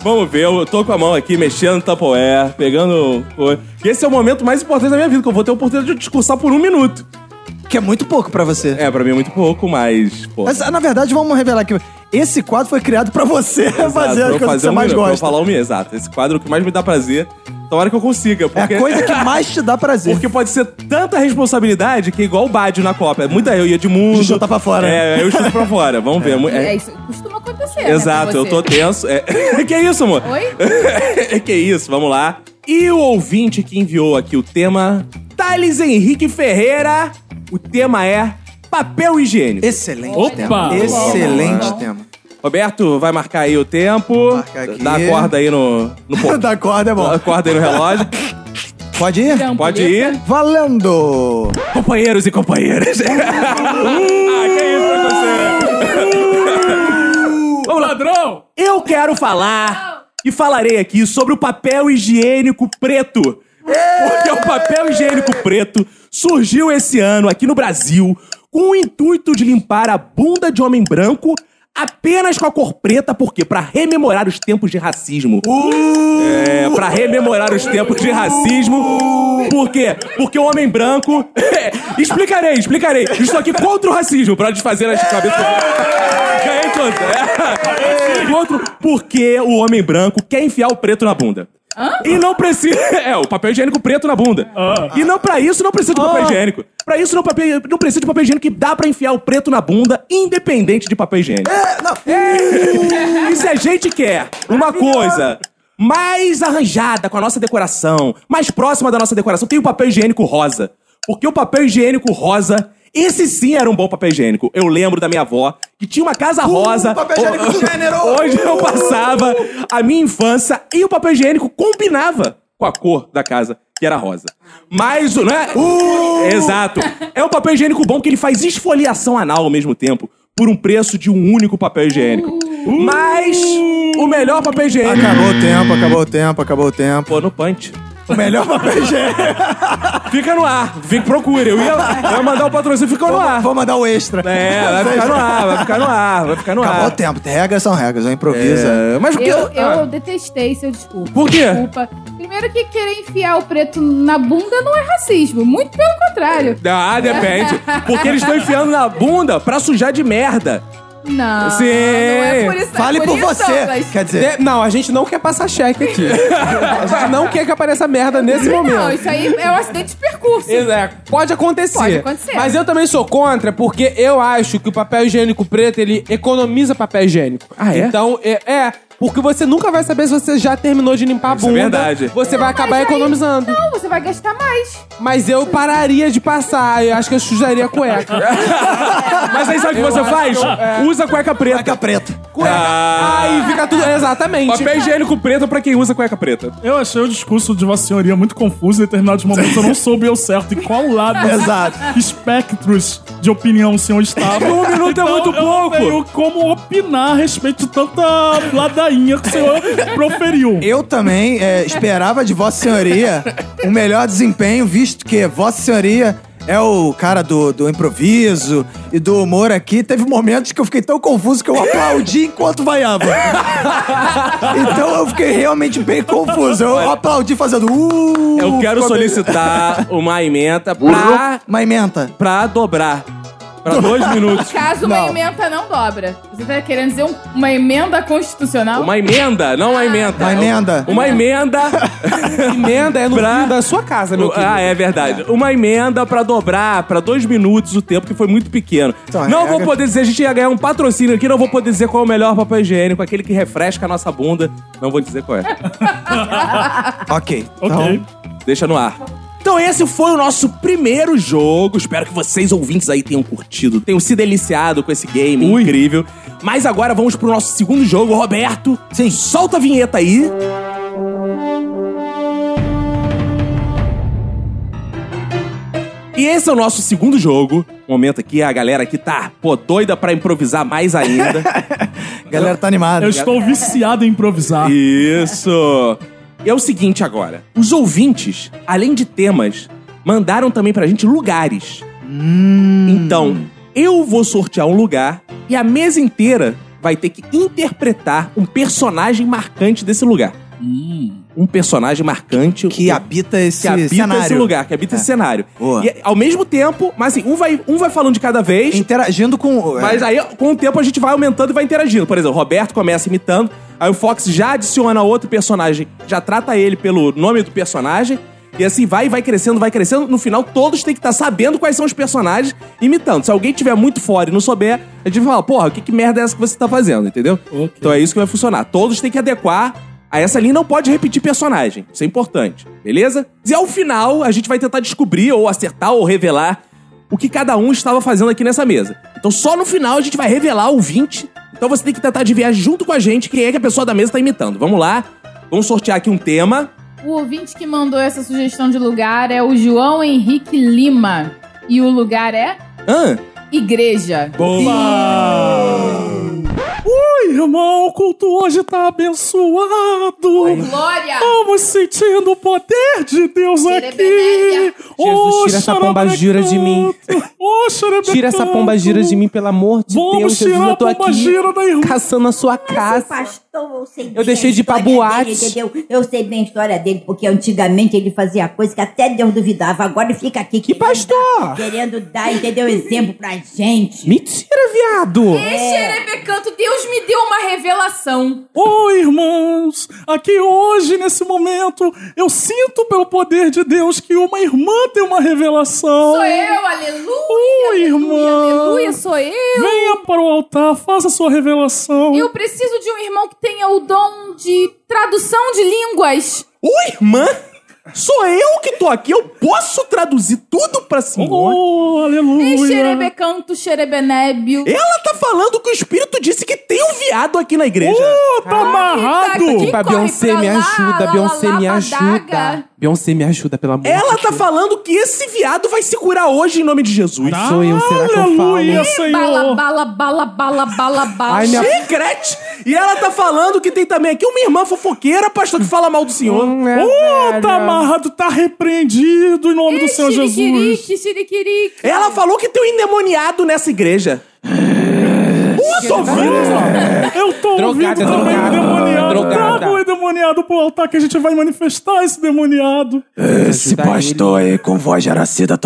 Vamos ver, eu tô com a mão aqui mexendo no tapoé, pegando. o- Esse é o momento mais importante da minha vida, que eu vou ter a oportunidade de discursar por um minuto.
Que é muito pouco pra você.
É, pra mim é muito pouco, mas. Pô,
Mas, na verdade, vamos revelar aqui. Esse quadro foi criado pra você
exato,
fazer
pra
as
eu
coisas que você
um
mais
minuto, pra eu
gosta.
é falar um minuto, exato. Esse quadro, o que mais me dá prazer da hora que eu consiga. Porque...
É a coisa que mais te dá prazer.
Porque pode ser tanta responsabilidade que é igual o Bádio na Copa. É muita eu e Edmundo.
Chuta pra fora.
É, eu chuto pra fora. Vamos ver. mu-
É,
é-
isso costuma acontecer. né,
Exato,
com
eu
você.
tô tenso. É... que isso, amor? Oi? que isso, vamos lá. E o ouvinte que enviou aqui o tema, Thales Henrique Ferreira. O tema é papel higiênico.
Excelente
Opa!
tema. Excelente tema.
Roberto, vai marcar aí o tempo. Dá a corda aí no, no ponto.
Da corda é bom.
Dá a corda aí no relógio.
Pode ir?
Pode ir.
Valendo!
Companheiros e companheiras. Ah, Vamos lá.
Ladrão!
Eu quero falar e falarei aqui sobre o papel higiênico preto. Porque o papel higiênico preto surgiu esse ano aqui no Brasil com o intuito de limpar a bunda de homem branco apenas com a cor preta, porque para rememorar os tempos de racismo. É, para rememorar os tempos de racismo. Por quê? Porque o homem branco. é, explicarei, explicarei. Estou aqui contra o racismo, para desfazer as cabeças. Ganhei tudo. É. Contra- Porque o homem branco quer enfiar o preto na bunda. E não precisa. É, o papel higiênico preto na bunda. E não pra isso não precisa de papel higiênico. Pra isso não, papel, não precisa de papel higiênico que dá pra enfiar o preto na bunda, independente de papel higiênico. E se a é gente quer uma
Então.
coisa mais arranjada com a nossa decoração, mais próxima da nossa decoração, tem o papel higiênico rosa. Porque o papel higiênico rosa, esse sim era um bom papel higiênico. Eu lembro da minha avó, que tinha uma casa rosa.
Uh, papel higiênico
o-
gênero!
Onde eu passava a minha infância e o papel higiênico combinava com a cor da casa, que era rosa. Mas, o- né?
Uh!
Exato. É um papel higiênico bom que ele faz esfoliação anal ao mesmo tempo, por um preço de um único papel higiênico. Mas o melhor papel higiênico.
Uh! Acabou o tempo, acabou o tempo, acabou o tempo.
Pô, no punch.
O melhor papel higiênico.
Fica no ar. Vem, procura. Eu ia, eu ia mandar o patrocínio, ficou no ar.
Vou mandar o extra.
É, vai ficar no ar, vai ficar no ar, vai ficar no
Acabou
ar.
o tempo. Regras são regras, eu improvisa.
É, mas porque
Eu,
Ah.
eu detestei seu discurso.
Por quê?
Desculpa. Primeiro que querer enfiar o preto na bunda não é racismo. Muito pelo contrário.
Ah, depende. Porque eles estão enfiando na bunda pra sujar de merda.
Não.
Sim.
Não é por isso,
Fale
é
por
isso,
você.
Douglas.
Quer dizer,
De- É, não, a gente não quer passar cheque aqui. a gente não quer que apareça merda nesse momento.
Não, isso aí é um acidente de percurso.
Ele é, pode acontecer.
Pode acontecer.
Mas eu também sou contra, porque eu acho que o papel higiênico preto, ele economiza papel higiênico.
Ah, é?
Então, é, é, porque você nunca vai saber se você já terminou de limpar a
Isso é
bunda.
verdade.
Você vai acabar
Mas aí-
economizando.
Não, você vai gastar mais.
Mas eu pararia de passar. Eu acho que eu sujaria a cueca.
Mas aí sabe o que
Eu
você
acho
faz?
que eu- é.
Usa cueca preta.
cueca preta.
cueca.
Ah.
Aí fica tudo... Exatamente.
Papel higiênico preto pra quem usa cueca preta.
Eu achei o discurso de Vossa Senhoria muito confuso. Em determinados momentos eu não soube eu certo em qual lado.
Exato.
Espectros de opinião o senhor estava. Então,
Um minuto é muito
eu não
pouco.
tenho como opinar a respeito de tanta ladainha que o senhor proferiu.
Eu também é, esperava de Vossa Senhoria um melhor desempenho, visto que Vossa Senhoria é o cara do, do improviso e do humor aqui. Teve momentos que eu fiquei tão confuso que eu aplaudi enquanto vaiava. então eu fiquei realmente bem confuso. Eu aplaudi fazendo. Uh,
Eu quero
ficou bem-
solicitar uma emenda pra,
Uma Ah, emenda.
pra dobrar. Pra dois minutos.
Caso uma
Não.
emenda não dobra. Você tá querendo dizer um- uma emenda constitucional?
Uma emenda, não uma
Ah.
emenda.
Uma emenda.
Uma emenda.
Emenda é no
Pra-
fio da sua casa, meu querido.
Ah, é verdade. Uma emenda pra dobrar pra dois minutos o tempo, que foi muito pequeno.
Então,
não
é-
vou poder dizer, a gente ia ganhar um patrocínio aqui, não vou poder dizer qual é o melhor papel higiênico, aquele que refresca a nossa bunda. Não vou dizer qual é.
Ok.
Então,
Ok.
Deixa no ar. Então esse foi o nosso primeiro jogo. Espero que vocês ouvintes aí tenham curtido, tenham se deliciado com esse game incrível. Mas agora vamos pro nosso segundo jogo, Roberto. Sim. Solta a vinheta aí. E esse é o nosso segundo jogo. Momento aqui, a galera que tá, pô, doida pra improvisar mais ainda.
A galera tá animada.
Eu estou viciado em improvisar.
Isso! E é o seguinte agora. Os ouvintes, além de temas, mandaram também pra gente lugares.
Hum.
Então, eu vou sortear um lugar e a mesa inteira vai ter que interpretar um personagem marcante desse lugar. um personagem marcante.
Hum. Que habita esse
que habita esse
cenário. É.
lugar, que habita esse cenário.
Boa. Então,
E ao mesmo tempo, mas assim, um vai, um vai falando de cada vez.
Interagindo com. É.
Mas aí, com o tempo, a gente vai aumentando e vai interagindo. Por exemplo, o Roberto começa imitando, aí o Fox já adiciona outro personagem, já trata ele pelo nome do personagem. E assim vai, vai crescendo, vai crescendo. No final, todos têm que estar sabendo quais são os personagens imitando. Se alguém tiver muito fora e não souber, a gente vai falar, porra, que, que merda é essa que você tá fazendo, entendeu? Então é isso que vai funcionar. Todos têm que adequar a essa linha. Não pode repetir personagem. Isso é importante, beleza? E ao final, a gente vai tentar descobrir, ou acertar, ou revelar o que cada um estava fazendo aqui nessa mesa. Então só no final a gente vai revelar o 20. Então você tem que tentar adivinhar junto com a gente quem é que a pessoa da mesa tá imitando. Vamos lá. Vamos sortear aqui um tema.
O ouvinte que mandou essa sugestão de lugar é o João Henrique Lima. E o lugar é
Hã?
igreja.
Ui, irmão, o culto hoje tá abençoado.
Glória!
Estamos sentindo o poder de Deus aqui.
Jesus, tira essa pomba gira de mim. Tira essa pomba gira de mim, pelo amor de
Vamos
Deus. Jesus,
tirar a
eu tô
pomba
aqui
gira
caçando a sua casa. Eu deixei de ir pra boate.
eu sei bem a história dele, porque antigamente ele fazia coisa que até Deus duvidava. Agora ele fica aqui. Que pastor! querendo dar, entendeu? Exemplo pra gente.
Mentira, viado!
Este Erebecanto, é Deus me deu uma revelação.
Oi, irmãos! Aqui hoje, nesse momento, eu sinto pelo poder de Deus que uma irmã tem uma revelação.
Sou eu, aleluia!
Oh! Oi, irmã!
Aleluia, sou eu!
Venha para o altar, faça sua revelação.
Eu preciso de um irmão que tenha o dom de tradução de línguas.
Oi, irmã? Sou eu que tô aqui, eu posso traduzir tudo pra senhora.
Oh,
Ei,
aleluia!
xerebecanto, xerebenébio.
Ela tá falando que o espírito disse que tem um viado aqui na igreja.
Oh, tá amarrado!
Quem
Pra
corre
Beyoncé,
pra
me
lá,
ajuda,
lá,
Beyoncé,
lá,
me
lá,
ajuda.
padaga.
Beyoncé, me ajuda, pelo amor
Ela
de
tá falando que esse viado vai se curar hoje em nome de Jesus.
Deus. Ah, Sou eu, será que eu falo?
Aleluia,
Bala,
Senhor!
bala, bala, bala, bala, bala.
Ai, minha...
Secrete! E ela tá falando que tem também aqui uma irmã fofoqueira, pastor, que fala mal do senhor. Uh!
Hum,
né,
é
Oh,
velho.
tá amarrado, tá repreendido em nome do Senhor Jesus.
Xiriquirique, xiriquirique.
Ela falou que tem um endemoniado nessa igreja.
Puta, ouvindo!
É.
Eu tô
Drogada,
ouvindo também o
drogada,
demoniado.
drogada.
Traga o endemoniado pro altar que a gente vai manifestar esse demoniado.
Esse pastor aí com voz de Aracida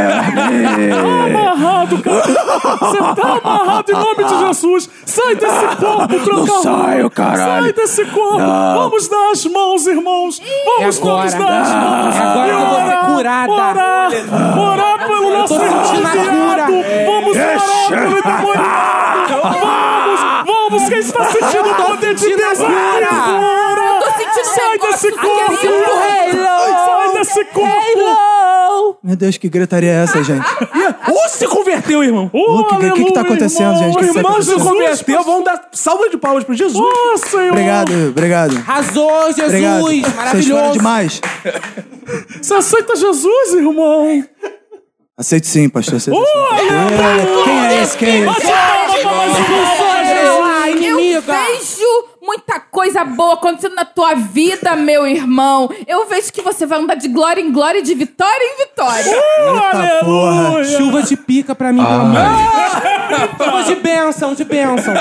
Topiterme.
Amarrado, cara. Você tá amarrado em nome de Jesus. Sai desse corpo, troca
Não saio, caralho.
Sai desse corpo.
Não.
Vamos dar as mãos, irmãos. Vamos
É
todos
agora.
dar as mãos.
É agora
E
que eu vou ser
orar,
curada.
Orar. Orar pelo nosso irmão
sentindo a
desviado.
cura.
Vamos orar pelo demoniado. Vamos, vamos. Quem está sentindo
Ah!
o poder de
sentindo a
Deus?
cura.
Ora.
Eu tô sentindo
Sai
negócio.
desse corpo.
Aquele do
é Sai desse corpo.
Meu Deus, que gritaria é essa, gente?
Ou Uh, se converteu, irmão.
Uh,
Oh,
O que- o que que tá
aleluia,
acontecendo,
irmão?
gente? O que que tá
Irmã
acontecendo?
Se
Jesus,
converteu, vamos dar salva de palmas pro Jesus.
Oh, Senhor!
Obrigado, obrigado.
Arrasou, Jesus!
Obrigado. Vocês foram
Maravilhoso!
demais.
Você aceita Jesus, irmão?
Aceito sim, pastor. Aceito
Uh,
sim.
É. aleluia!
Quem é esse? Quem é esse?
Ah,
é
Eu
inimiga!
vejo muita coisa boa acontecendo na tua vida, meu irmão. Eu vejo que você vai andar de glória em glória e de vitória em vitória.
Eita porra.
Chuva de pica pra mim, pelo amor. Chuva de bênção, de bênção.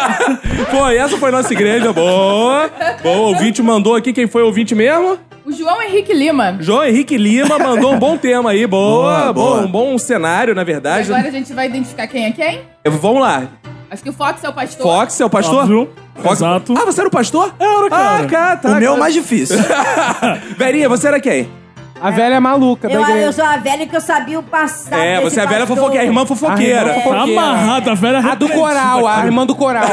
Foi, essa foi nossa igreja. Boa. Bom, o ouvinte mandou aqui. Quem foi o ouvinte mesmo?
O João Henrique Lima.
João Henrique Lima mandou um bom tema aí. Boa,
Boa,
boa.
boa.
Um bom cenário, na
E
verdade.
agora a gente vai identificar quem é quem?
Vamos lá.
Acho que o Fox é o pastor.
Fox é o pastor?
Óbvio.
Fox-
Exato.
Ah, você era o pastor?
Era, cara.
Ah, cara, tá.
O meu é
cara.
o mais difícil.
Verinha, você era quem?
A velha é maluca da
Eu, eu
igreja.
sou a velha que eu sabia o passado.
É,
desse
você é a velha
pastor.
fofoqueira, a irmã fofoqueira.
A irmã
Tá amarrada, a velha
A do coral, a irmã do coral.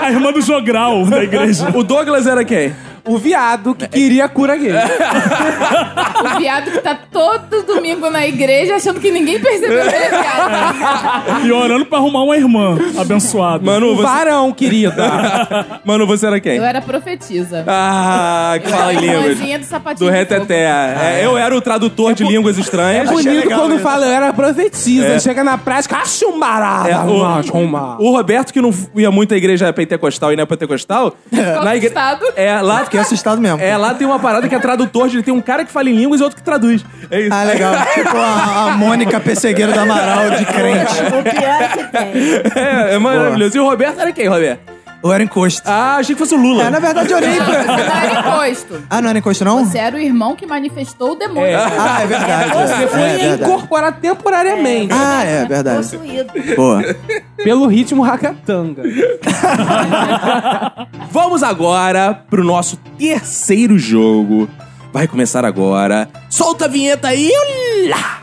A irmã do jogral né? da igreja.
O Douglas era quem?
O viado que queria a cura gay.
O viado que tá todo domingo na igreja achando que ninguém percebeu que ele é viado.
E orando pra arrumar uma irmã abençoada.
Manu,
O
você,
Um varão, querida.
Manu, você era quem?
Eu era profetisa.
Ah, que
Eu
fala
era
em
a
línguas.
irmãzinha do sapatinho.
Do
de
reteté.
fogo.
Ah,
É, eu era o tradutor de línguas estranhas.
é Bonito quando fala, eu era profetisa.
É.
Chega na prática, achumbarada.
É,
arruma, um arruma.
O Roberto, que não ia muito à igreja pentecostal e não é pentecostal, na igre-
assustado.
É, lá
Fiquei assustado mesmo.
É, lá tem uma parada que é tradutor de. Tem um cara que fala em línguas e outro que traduz. É isso.
Ah, legal. Tipo a, a Mônica Pessegueiro da Amaral de crente.
O pior é que tem.
É, é maravilhoso. E o Roberto era quem, Roberto?
Eu era encosto.
Ah, achei que fosse o Lula.
É, na verdade eu olhei pra...
Não era encosto.
Ah, não era encosto não?
Você era o irmão que manifestou o demônio.
Ah, é verdade.
Você
é,
foi
é verdade.
incorporado temporariamente.
Ah, é verdade. Boa.
É.
Pelo ritmo racatanga.
Vamos agora pro nosso terceiro jogo. Vai começar agora. Solta a vinheta aí. Lá.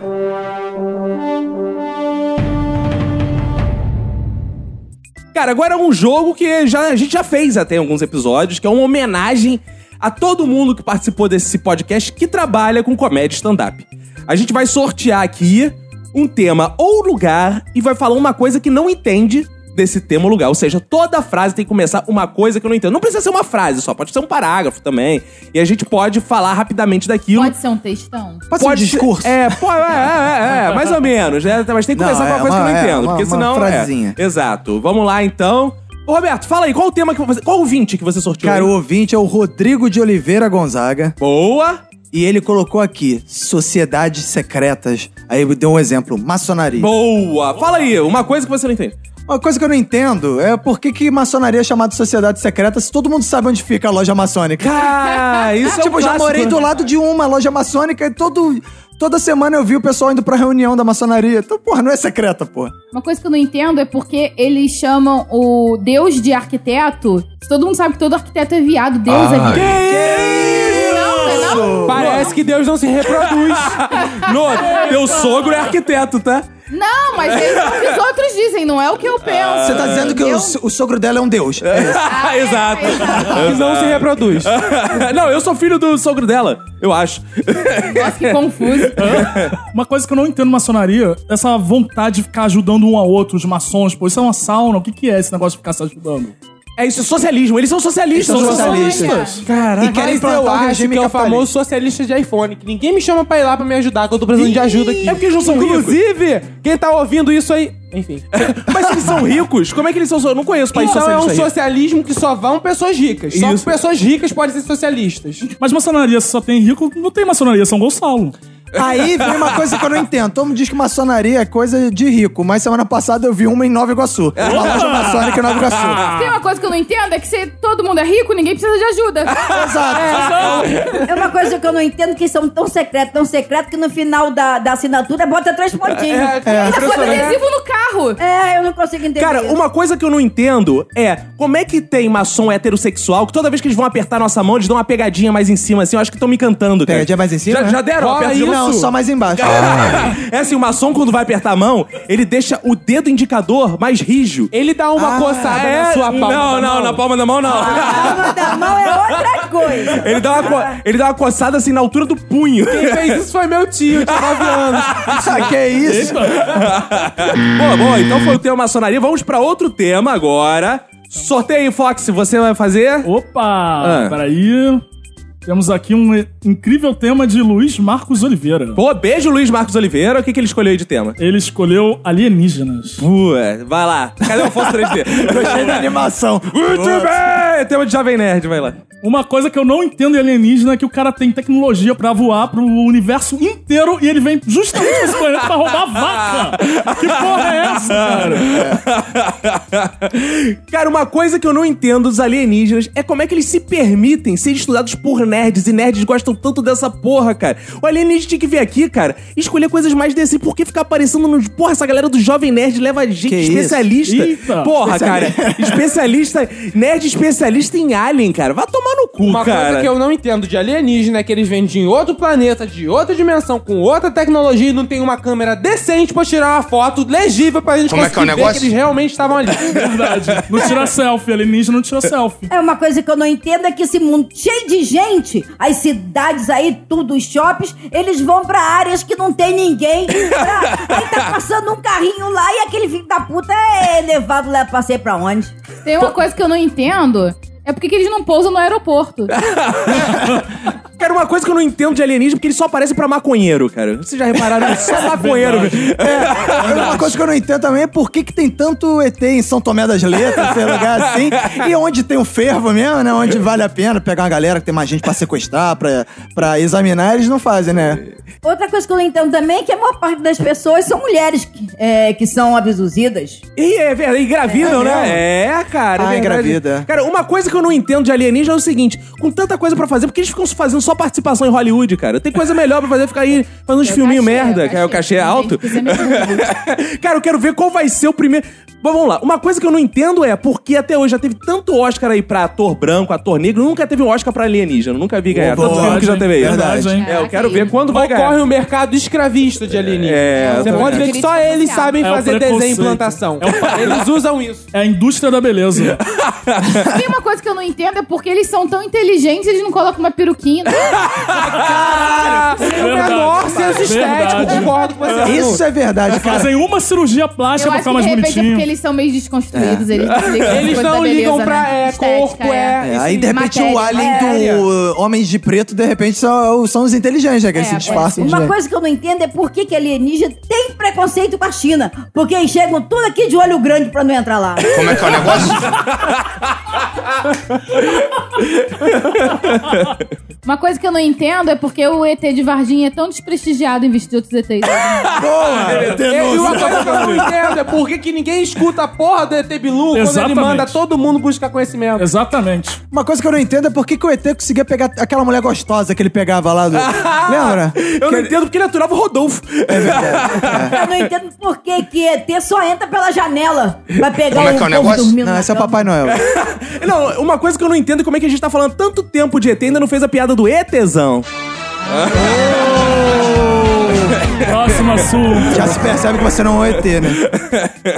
Cara, agora é um jogo que já, a gente já fez até em alguns episódios, que é uma homenagem a todo mundo que participou desse podcast que trabalha com comédia stand-up. A gente vai sortear aqui um tema ou lugar e vai falar uma coisa que não entende desse tema ou lugar. Ou seja, toda frase tem que começar uma coisa que eu não entendo. Não precisa ser uma frase só, pode ser um parágrafo também. E a gente pode falar rapidamente daquilo.
Pode ser um textão?
Pode ser um discurso.
Ser, é, pô, é, é, é, é, mais ou menos, né? Mas tem que
Não,
começar com uma
é
coisa que eu
uma-
não
é,
entendo,
uma-
porque
uma
senão. é.
frasezinha.
Exato. Vamos lá então. Ô, Roberto, fala aí, qual o tema que você. Qual o 20 que você sorteou?
Cara,
aí?
o ouvinte é o Rodrigo de Oliveira Gonzaga.
Boa!
E ele colocou aqui, sociedades secretas. Aí ele deu um exemplo, maçonaria.
Boa! Fala aí, uma coisa que você não entende.
Uma coisa que eu não entendo é por que, que maçonaria é chamada de sociedade secreta se todo mundo sabe onde fica a loja maçônica.
Cara, isso é um
tipo, eu já
clássico,
morei
né?
do lado de uma loja maçônica e todo, toda semana eu vi o pessoal indo pra reunião da maçonaria. Então, porra, não é secreta, porra.
Uma coisa que eu não entendo é porque eles chamam o Deus de arquiteto. Se Todo mundo sabe que todo arquiteto é viado. Deus é viado. Não, é não, não.
Parece que Deus não se reproduz.
No, teu sogro é arquiteto, tá?
Não, mas é o que os outros dizem, não é o que eu penso. Ah,
Você tá dizendo que o,
eu...
so- o sogro dela é um deus. É isso.
Exato.
é,
que não se reproduz.
não, eu sou filho do sogro dela, eu acho.
Nossa, que confuso.
Uma coisa que eu não entendo maçonaria, essa vontade de ficar ajudando um ao outro, os maçons, pô, isso é uma sauna, o que, que é esse negócio de ficar se ajudando?
É isso, é socialismo. Eles são socialistas.
Eles
não
são socialistas.
Caraca.
E querem
Mas eu
implantar o
acho
regime
que é o
capitalista.
famoso socialista de iPhone, que ninguém me chama pra ir lá pra me ajudar, que eu tô precisando de ajuda aqui.
É porque eles não são
Inclusive, quem tá ouvindo isso aí... Enfim.
Mas se eles são ricos, como é que eles são? so- Eu não conheço país
Então é um
socialista. rico.
socialismo que só vão pessoas ricas.
Isso.
Só pessoas ricas podem ser socialistas.
Mas maçonaria só tem rico, não tem maçonaria, São Gonçalo.
Aí vem uma coisa que eu não entendo. Todo mundo diz que maçonaria é coisa de rico, mas semana passada eu vi uma em Nova Iguaçu. Uma loja maçônica em Nova Iguaçu.
Tem uma coisa que eu não entendo, é que se todo mundo é rico, ninguém precisa de ajuda.
Exato.
É uma coisa que eu não entendo, que são tão secretos, tão secretos, que no final da, da assinatura bota três pontinhos.
É, é,
Ainda
Bota
bota
né?
adesivo
adesivo.
no carro.
É, eu não consigo entender.
Cara,
isso.
uma coisa que eu não entendo é como é que tem maçom heterossexual que toda vez que eles vão apertar nossa mão, eles dão uma pegadinha mais em cima, assim. Eu acho que estão me encantando, cara.
Pegadinha mais em cima,
Já,
né?
já deram uma
Rola
pegadinha?
Não, só mais embaixo.
É assim, o maçom, quando vai apertar a mão, ele deixa o dedo indicador mais rijo.
Ele dá uma coçada na sua palma.
Não,
da
não,
mão.
na palma da mão não.
Ah.
A palma da mão é outra coisa.
Ele dá, uma co- ele dá uma coçada assim na altura do punho.
Quem fez isso foi meu tio, tinha 9 anos.
Ah.
Sabe que é isso?
Bom, bom, então foi o tema maçonaria. Vamos pra outro tema agora. Sorteio, Fox, você vai fazer?
Opa!
Ah.
Peraí. Temos aqui um e- incrível tema de Luiz Marcos Oliveira.
Pô, beijo, Luiz Marcos Oliveira. O que, que ele escolheu aí de tema?
Ele escolheu alienígenas.
Ué, vai lá. Cadê o Afonso 3D?
Gostei da animação.
Muito bem! Tema de Jovem Nerd, vai lá.
Uma coisa que eu não entendo em alienígena é que o cara tem tecnologia pra voar pro universo inteiro e ele vem justamente pra esse planeta pra roubar vaca. Que porra é essa, cara?
Cara, uma coisa que eu não entendo dos alienígenas é como é que eles se permitem ser estudados por nerds e nerds gostam tanto dessa porra, cara. O alienígena tinha que vir aqui, cara, e escolher coisas mais desse. Por que ficar aparecendo nos. Porra, essa galera do Jovem Nerd leva gente
Que isso?
especialista.
Eita.
Porra, cara. Especialista. Nerd especialista em alien, cara. Vai tomar no cu,
Uma
cara.
coisa que eu não entendo de alienígena é que eles vêm de outro planeta, de outra dimensão, com outra tecnologia e não tem uma câmera decente pra tirar uma foto legível pra gente
Como é que é o
conseguir ver
negócio?
que eles realmente estavam ali.
Verdade. Não tira selfie, alienígena não tira selfie.
É uma coisa que eu não entendo é que esse mundo cheio de gente, as cidades aí, tudo, os shoppings, eles vão pra áreas que não tem ninguém. Pra... Aí tá passando um carrinho lá e aquele filho da puta é levado lá pra sei pra onde.
Tem uma coisa que eu não entendo, é porque que eles não pousam no aeroporto.
Cara, uma coisa que eu não entendo de alienígena é porque eles só aparecem pra maconheiro, cara. Vocês já repararam? Eles Só maconheiro.
É, uma coisa que eu não entendo também é por que, que tem tanto ET em São Tomé das Letras, sei lugar assim, e onde tem o fervo mesmo, né? Onde vale a pena pegar uma galera que tem mais gente pra sequestrar, pra, pra examinar, eles não fazem, né?
Outra coisa que eu não entendo também é que a maior parte das pessoas são mulheres que, é, que são abduzidas.
E é verdade, engravidam,
É
né?
mesmo?
É, cara.
Ah,
é verdade.
engravida.
Cara, uma coisa que eu não entendo de alienígena é o seguinte: com tanta coisa pra fazer, porque eles ficam fazendo só participação em Hollywood, cara? Tem coisa melhor pra fazer, ficar aí fazendo uns filminhos merda, que aí o É cachê é alto. cara, eu quero ver qual vai ser o primeiro. Bom, vamos lá. Uma coisa que eu não entendo é porque até hoje já teve tanto Oscar aí pra ator branco, ator negro, nunca teve um Oscar pra alienígena. Nunca vi ganhar.
boa,
Tanto filme que já
hein?
teve aí.
Verdade, hein?
É, eu quero ver quando vai ganhar.
Ocorre o mercado escravista de alienígena.
É,
Você
exatamente.
pode ver que só eles sabem
É o
fazer
preconceito.
desenho e implantação.
É o-
Eles usam isso.
É a indústria da beleza.
E uma coisa que eu não entendo é porque eles são tão inteligentes, eles não colocam uma peruquinha. né?
é
Tem o menor senso estético,
Verdade.
concordo com
Tá
você.
Isso é verdade, cara.
Fazem uma cirurgia
Eu
plástica pra
acho que
ficar
de
mais
repente é
bonitinho.
porque eles são meio desconstruídos.
É.
Eles,
Eles não ligam
né?
pra, é,
corpo,
É, aí, de repente, o alien
é.
do uh, Homens de Preto, de repente, são, são os inteligentes, né? Que eles se disfarçam de...
É, Uma coisa que eu não entendo é por que, que alienígena tem preconceito com a China. Porque eles chegam tudo aqui de olho grande pra não entrar lá.
Como é que é o negócio?
Uma coisa que eu não entendo é porque o ET de Varginha é tão desprestigiado em vista de outros né? ETs.
Boa!
é
E uma coisa que eu não entendo é por que que ninguém escuta a porra do ET Bilu quando ele
Exatamente.
manda todo mundo buscar conhecimento.
Exatamente.
Uma coisa que eu não entendo é por que, que o ET conseguia pegar aquela mulher gostosa que ele pegava lá do... Lembra?
Eu não entendo porque ele aturava o Rodolfo.
É verdade.
Eu não entendo por que, que ET só entra pela janela pra pegar o povo dormindo
Não,
na
esse é o
cama.
Papai Noel.
Não, uma coisa que eu não entendo é como é que a gente tá falando tanto tempo de ET e ainda não fez a piada do ETzão.
Próximo assunto.
Já se percebe que você não é um ET, né?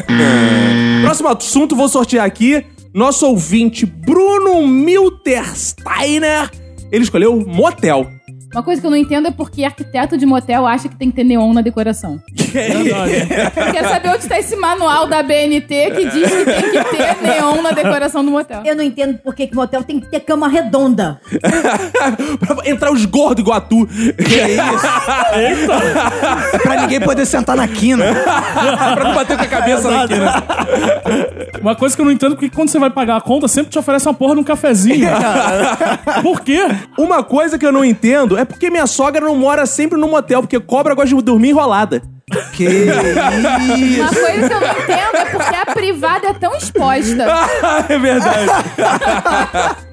Hum.
Próximo assunto, vou sortear aqui nosso ouvinte Bruno Miltersteiner. Ele escolheu motel.
Uma coisa que eu não entendo é porque arquiteto de motel acha que tem que ter neon na decoração. Eu quero saber onde tá esse manual da BNT que diz que tem que ter neon na decoração do motel.
Eu não entendo por que, que motel tem que ter cama redonda.
pra entrar os gordos igual a tu. Que isso?
É pra ninguém poder sentar na quina.
pra não bater com a cabeça na quina.
Uma coisa que eu não entendo é porque quando você vai pagar a conta, sempre te oferece uma porra de um cafezinho. Por quê?
Uma coisa que eu não entendo é porque minha sogra não mora sempre no motel, porque cobra gosta de dormir enrolada.
Que
Uma
isso?
coisa que eu não entendo é porque a privada é tão exposta.
é verdade.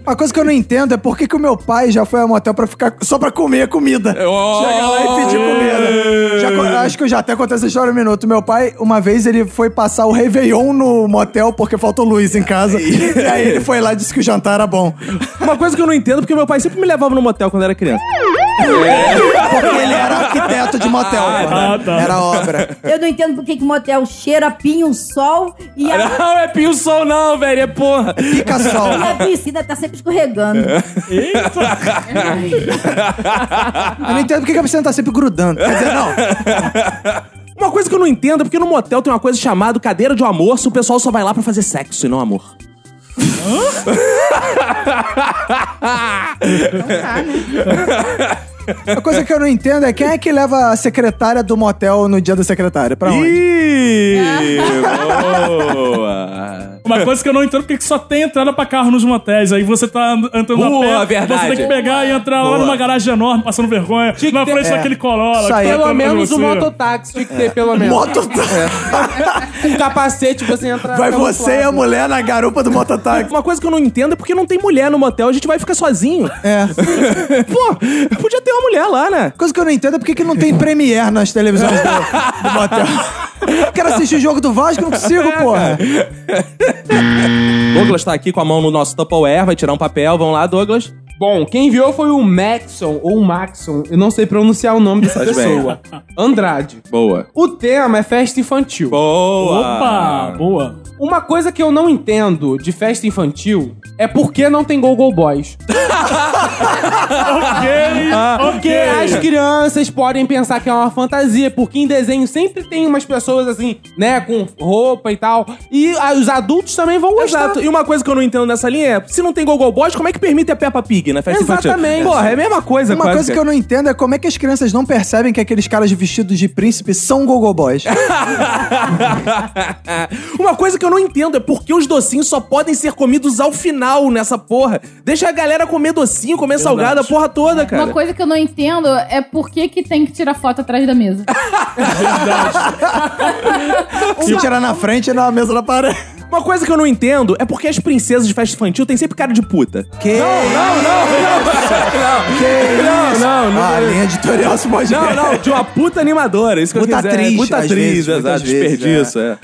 Uma coisa que eu não entendo é por que, que o meu pai já foi ao motel pra ficar só pra comer a comida. Chegar lá e pedir comida. Já co- acho que eu já até contei essa história um minuto. Meu pai, uma vez, ele foi passar o Réveillon no motel porque faltou luz em casa. e aí ele foi lá e disse que o jantar era bom.
Uma coisa que eu não entendo é porque meu pai sempre me levava no motel quando eu era criança.
Porque ele era arquiteto de motel.
Ah,
pô. Era obra.
Eu não entendo por que, que motel cheira pinho, sol e a,
Não, é pio sol não, velho, é porra.
Fica
e a piscina tá sempre escorregando.
Eu não entendo por que que a piscina tá sempre grudando. Quer dizer, não.
Uma coisa que eu não entendo é porque no motel tem uma coisa chamada cadeira de almoço, o pessoal só vai lá pra fazer sexo e não amor.
A coisa que eu não entendo é quem é que leva a secretária do motel no dia da secretária? Pra onde?
Ih, boa.
Uma coisa que eu não entendo é porque que só tem entrada pra carro nos motéis. Aí você tá and- entrando
Boa,
a pé,
verdade.
você tem que pegar e entrar
Boa.
lá numa garagem enorme, passando vergonha, na
que ter-
frente
é.
daquele Corolla. que
Isso
tá
aí. Pelo
entrando pra
menos
você.
um mototáxi tinha que ter,
É.
pelo menos.
Mototáxi?
Com capacete você entra
Vai
Tá
pelo
você
outro
e a
lado.
mulher na garupa do mototáxi.
Uma coisa que eu não entendo é porque não tem mulher no motel, a gente vai ficar sozinho.
É.
Pô, podia ter uma mulher lá, né?
Coisa que eu não entendo é por que que não tem Premiere nas televisões do, do motel. Quero assistir o jogo do Vasco, não consigo,
É,
porra.
Douglas tá aqui com a mão no nosso Tupperware, vai tirar um papel, vamos lá, Douglas.
Bom, quem enviou foi o Maxon, ou Maxon, eu não sei pronunciar o nome dessa
Faz bem.
pessoa. Andrade.
Boa.
O tema é festa infantil.
Boa!
Opa!
Boa.
Uma coisa que eu não entendo de festa infantil é por que não tem Go Go Boys.
ok,
Porque
ok.
as crianças podem pensar que é uma fantasia, porque em desenho sempre tem umas pessoas assim, né, com roupa e tal. E ah, os adultos também vão gostar.
Exato. E uma coisa que eu não entendo nessa linha é: se não tem Google Boys, como é que permite a Peppa Pig na festa
Exatamente.
infantil? Porra, é a mesma coisa,
Uma
quase.
coisa que eu não entendo é como é que as crianças não percebem que aqueles caras vestidos de príncipe são Gogo Boys.
Uma coisa que eu não entendo é por que os docinhos só podem ser comidos ao final nessa porra. Deixa a galera comer docinho, comer salgado, a porra toda, cara.
Uma coisa que eu não entendo é por que, que tem que tirar foto atrás da mesa.
Se tirar na frente, na mesa na parede.
Uma coisa que eu não entendo é porque as princesas de festa infantil têm sempre cara de puta.
Que?
Não, não, não, não.
isso?
Não, não, não.
Ah, linha editorial se pode
Não,
ver.
não, de uma puta animadora, isso que
Puta
eu quiser.
atriz,
Puta
às
atriz,
vezes, muitas
exato,
vezes,
desperdício, é.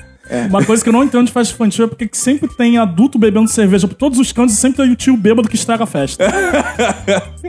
Uma coisa que eu não entendo de festa infantil é porque que sempre tem adulto bebendo cerveja por todos os cantos e sempre tem o tio bêbado que estraga a festa.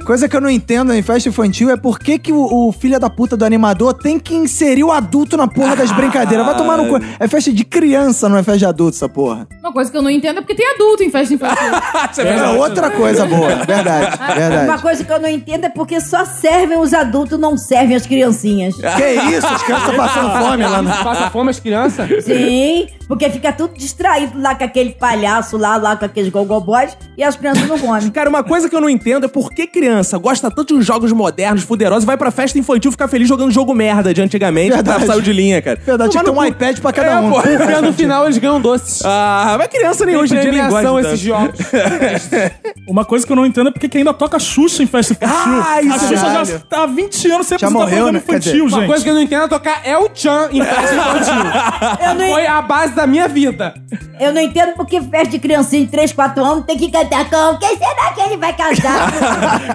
Coisa que eu não entendo em festa infantil é por que, que o, o filho da puta do animador tem que inserir o adulto na porra das brincadeiras. Vai tomar no cu. É festa de criança, não é festa de adulto, essa porra.
Uma coisa que eu não entendo é porque tem adulto em festa infantil.
É outra coisa boa. Verdade, verdade.
Ah, Uma coisa que eu não entendo é porque só servem os adultos, não servem as criancinhas.
Que isso? As crianças passando Tá fome lá no...
Passa fome as crianças?
Sim, porque fica tudo distraído lá com aquele palhaço lá, lá com aqueles gogoboys e as crianças não comem.
Cara, uma coisa que eu não entendo é por que criança gosta tanto de jogos modernos, fuderosos, e vai pra festa infantil ficar feliz jogando jogo merda de antigamente,
Verdade.
tá, saiu de linha, cara.
Verdade, tinha que ter um
Tomar no cu. É,
iPad pra cada um.
pô.
Porque no final eles ganham doces.
Ah, mas criança nem
Tem
hoje em dia nem gosta
premiação
tanto.
esses jogos.
Uma coisa que eu não entendo é porque que ainda toca Xuxa em festa infantil.
Ah,
a
isso,
Xuxa
caralho.
já tá há 20 anos sempre
Já morreu,
programa
né? Quer dizer,
infantil,
Uma
gente.
coisa que eu não entendo é tocar El Chan em festa infantil.
Eu não,
Foi a base da minha vida.
eu não entendo porque festa de criancinha de 3, 4 anos tem que cantar com quem será que ele vai casar?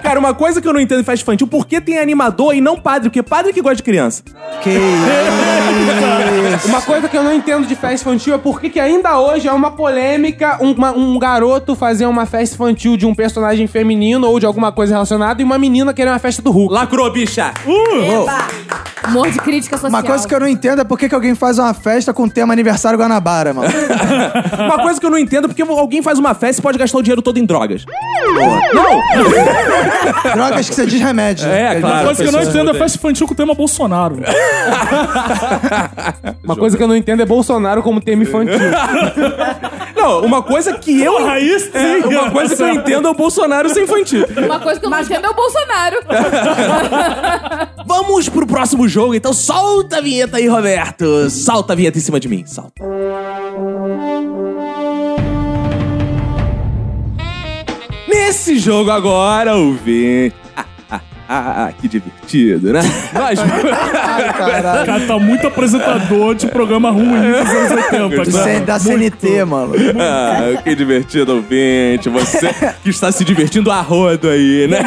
Cara, uma coisa que eu não entendo em festa infantil, por que tem animador e não padre? Porque padre é que gosta de criança.
Que isso?
Uma coisa que eu não entendo de festa infantil é por que que ainda hoje é uma polêmica um- uma- um garoto fazer uma festa infantil de um personagem feminino ou de alguma coisa relacionada e uma menina querer uma festa do Hulk.
Lacrou, bicha.
Amor de crítica social.
Uma coisa que eu não entendo é por que, que alguém faz uma festa com o tema aniversário Guanabara, mano.
Uma coisa que eu não entendo é porque alguém faz uma festa e pode gastar o dinheiro todo em drogas. Não!
Drogas que você diz remédio.
É,
Quer
Uma
claro.
coisa que eu não
pessoas
entendo é
mudam.
festa infantil com o tema Bolsonaro.
Uma coisa que eu não entendo é Bolsonaro como tema infantil.
Não, uma coisa que eu.
Porra, aí sim,
É, uma coisa que eu entendo é o Bolsonaro ser infantil.
Uma coisa que eu não entendo é o Bolsonaro.
Vamos pro próximo jogo, então solta a vinheta aí, Roberto. Solta a vinheta em cima de mim, solta. Nesse jogo agora, o V. Ah, ah, ah, ah, que divertido, né? Nós...
O cara tá muito apresentador de programa ruim dos anos né?
dizer?
80. cara.
Sem- é Da CNT, mano.
Ah, que divertido, ouvinte. Você que está se divertindo a rodo aí, né?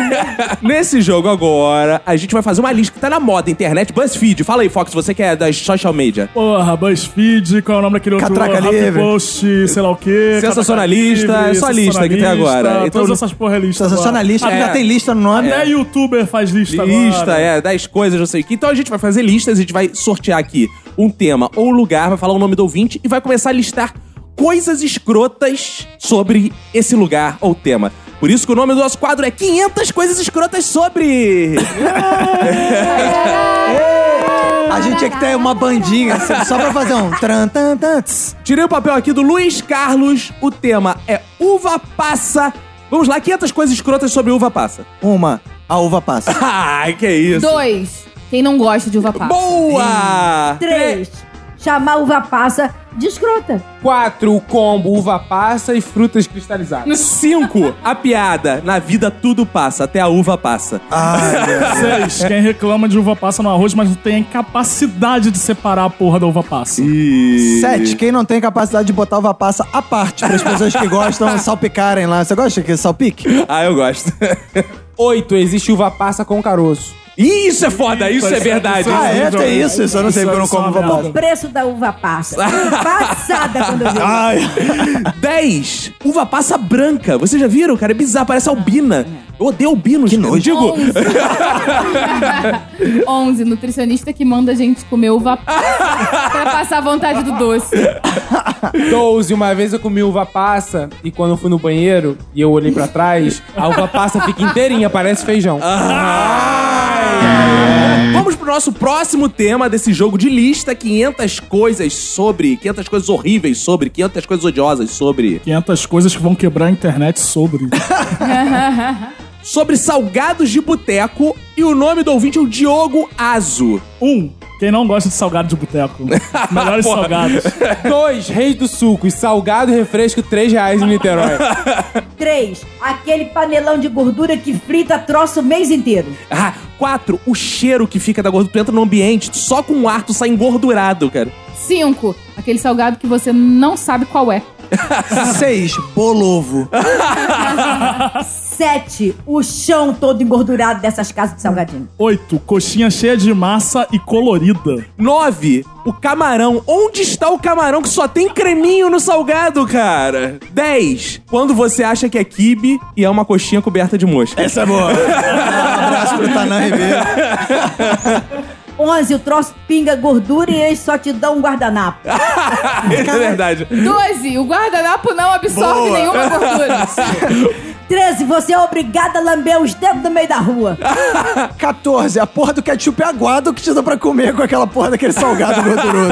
Nesse jogo agora, a gente vai fazer uma lista que tá na moda, internet, BuzzFeed. Fala aí, Fox, você que é das social media.
Porra, BuzzFeed, qual é o nome daquele outro?
Catraca
Happy
Livre.
Post, sei lá o quê.
Sensacionalista,
Catraca Livre,
é só a lista que tem
sensacionalista,
agora. Então-
todas essas porra é lista. agora.
Sensacionalista,
É.
que já tem lista no nome.
Até youtuber faz lista,
Lista,
agora.
é, 10 coisas, não sei o que. Então a gente vai fazer listas, a gente vai sortear aqui um tema ou lugar, vai falar o nome do ouvinte e vai começar a listar coisas escrotas sobre esse lugar ou tema. Por isso que o nome do nosso quadro é 500 coisas escrotas sobre.
A gente tinha que ter uma bandinha, assim, só pra fazer um... Tran, tan, tan, tss.
Tirei o papel aqui do Luiz Carlos. O tema é uva passa. Vamos lá, 500 coisas escrotas sobre uva passa.
Uma, a uva passa.
Ai, que isso.
Dois. Quem não gosta de uva passa.
Boa!
3. Chamar uva passa de escrota.
Quatro, o combo, uva passa e frutas cristalizadas.
5. A piada. Na vida tudo passa, até a uva passa.
Seis, quem reclama de uva passa no arroz, mas não tem a incapacidade de separar a porra da uva passa.
Sete, quem não tem capacidade de botar uva passa à parte, para as pessoas que gostam salpicarem lá. Você gosta que salpique?
Ah, eu gosto.
Oito, existe uva passa com caroço.
Ih, Isso é foda, isso é verdade.
É
O preço da uva passa. Passada quando eu vi.
10. Uva passa branca. Vocês já viram, cara? É bizarro, parece albina. Eu odeio albinos. Que nojo. Digo,
11, nutricionista que manda a gente comer uva passa pra passar a vontade do doce.
12, uma vez eu comi uva passa e quando eu fui no banheiro e eu olhei pra trás, a uva passa fica inteirinha, parece feijão.
Ah. Vamos pro nosso próximo tema desse jogo de lista: 500 coisas sobre. 500 coisas horríveis sobre. 500 coisas odiosas sobre.
500 coisas que vão quebrar a internet sobre.
Sobre salgados de boteco. E o nome do ouvinte é o Diogo Azo.
Um. Quem não gosta de salgado de boteco? Melhores
Porra.
salgados.
Dois, reis do suco, salgado e refresco, três reais em Niterói.
Três, aquele panelão de gordura que frita troço o mês inteiro.
Ah, quatro, o cheiro que fica da gordura. Tu entra no ambiente, só com o ar tu sai engordurado, cara.
5, aquele salgado que você não sabe qual é.
6. Bolovo.
Sete, o chão todo engordurado dessas casas de salgadinho.
8. Coxinha cheia de massa e colorida.
9. O camarão. Onde está o camarão que só tem creminho no salgado, cara? 10. Quando você acha que é kibe e é uma coxinha coberta de mosca.
Essa é boa. abraço pro Tanã Ribeiro.
Onze, o troço pinga gordura e eles só te dão um guardanapo.
é verdade.
12, o guardanapo não absorve
Boa.
nenhuma gordura.
13, você é obrigada a lamber os dedos no meio da rua.
14. A porra do ketchup é aguado que te dá pra comer com aquela porra daquele salgado gorduroso.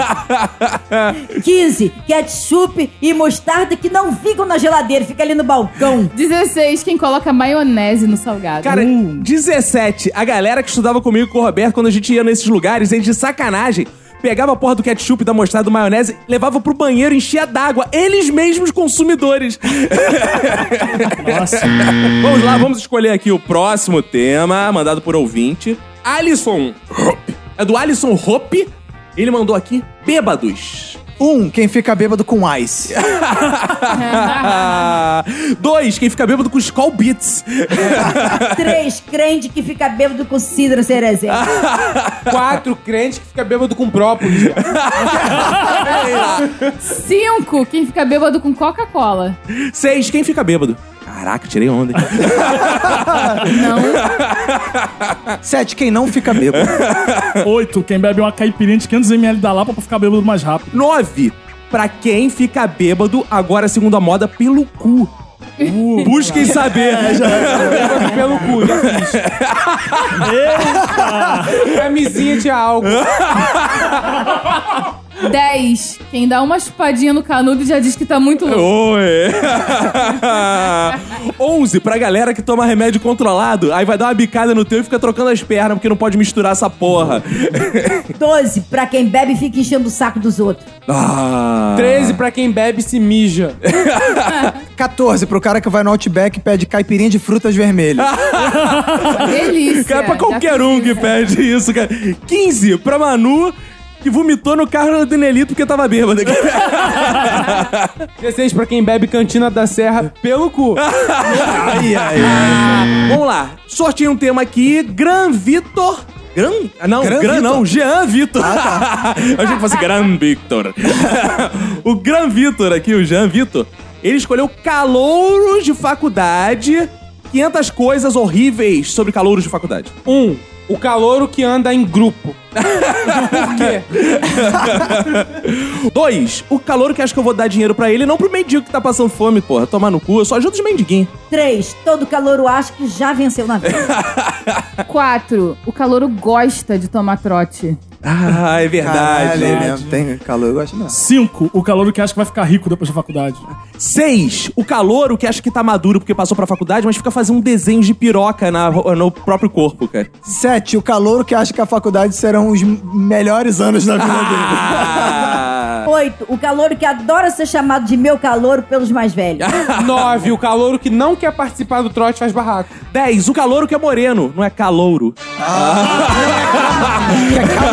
15, ketchup e mostarda que não ficam na geladeira, fica ali no balcão.
16, quem coloca maionese no salgado.
Cara, 17. A galera que estudava comigo e com o Roberto, quando a gente ia nesses lugares, a gente de sacanagem. Pegava a porra do ketchup, da mostarda, do maionese, levava pro banheiro, enchia d'água. Eles mesmos consumidores.
Nossa.
Vamos lá, vamos escolher aqui o próximo tema, mandado por ouvinte. Alisson Hope. É do Alisson Hope. Ele mandou aqui, bêbados.
Um, quem fica bêbado com ice.
Dois, quem fica bêbado com Skull Beats.
3, crente que fica bêbado com cidra cerezeira.
Ah.
Quatro, crente que fica bêbado com própolis.
5, quem fica bêbado com Coca-Cola.
Seis, quem fica bêbado? Caraca, tirei onda. hein?
Sete, quem não fica bêbado.
8. Quem bebe uma caipirinha de 500ml da Lapa pra ficar bêbado mais rápido.
9. Pra quem fica bêbado, agora segundo a moda, pelo cu.
Uh.
Busquem saber.
É, Pelo cu, já fiz. Camisinha de álcool.
10, quem dá uma chupadinha no canudo já diz que tá muito
É
louco.
Oi! 11, pra galera que toma remédio controlado, aí vai dar uma bicada no teu e fica trocando as pernas, porque não pode misturar essa porra.
12, pra quem bebe e fica enchendo o saco dos outros.
Ah.
13 pra quem bebe se mija.
14. Pro cara que vai no Outback e pede caipirinha de frutas vermelhas.
Delícia.
Cara, pra qualquer um
né?
que pede isso, cara. 15, pra Manu, que vomitou no carro do Nelito porque tava bêbada.
16 pra quem bebe cantina da serra pelo cu.
Ai, ai.
Vamos lá, sorteei um tema aqui, Gran Vitor... Gran? Ah, Não,
Gran
Gran,
Vitor.
não, Jean Vitor.
Ah, tá.
Eu achei que fosse Gran Victor. o Gran Vitor aqui, o Jean Vitor, ele escolheu calouros de faculdade, 500 coisas horríveis sobre calouros de faculdade.
1. O calouro que anda em grupo. Por quê?
Dois, o calouro que acha que eu vou dar dinheiro pra ele, não pro mendigo que tá passando fome, porra. Tomar no cu, eu só ajudo os mendiguinhos.
3, todo calouro acha que já venceu na vida.
4, o calouro gosta de tomar trote.
Ah, é verdade.
Caralho, é mesmo. Tem calor, eu gosto não.
5. O calor que acha que vai ficar rico depois da faculdade.
Seis, o calouro que acha que tá maduro porque passou pra faculdade, mas fica fazendo um desenho de piroca na, ro- no próprio corpo, cara.
Sete, o calor que acha que a faculdade serão os m- melhores anos da vida
Ah.
8, o calouro que adora ser chamado de meu calouro pelos mais velhos.
Ah.
9. O calouro que não quer participar do trote faz barraco.
Dez, o calouro que é moreno, não é calouro.
dele. Tá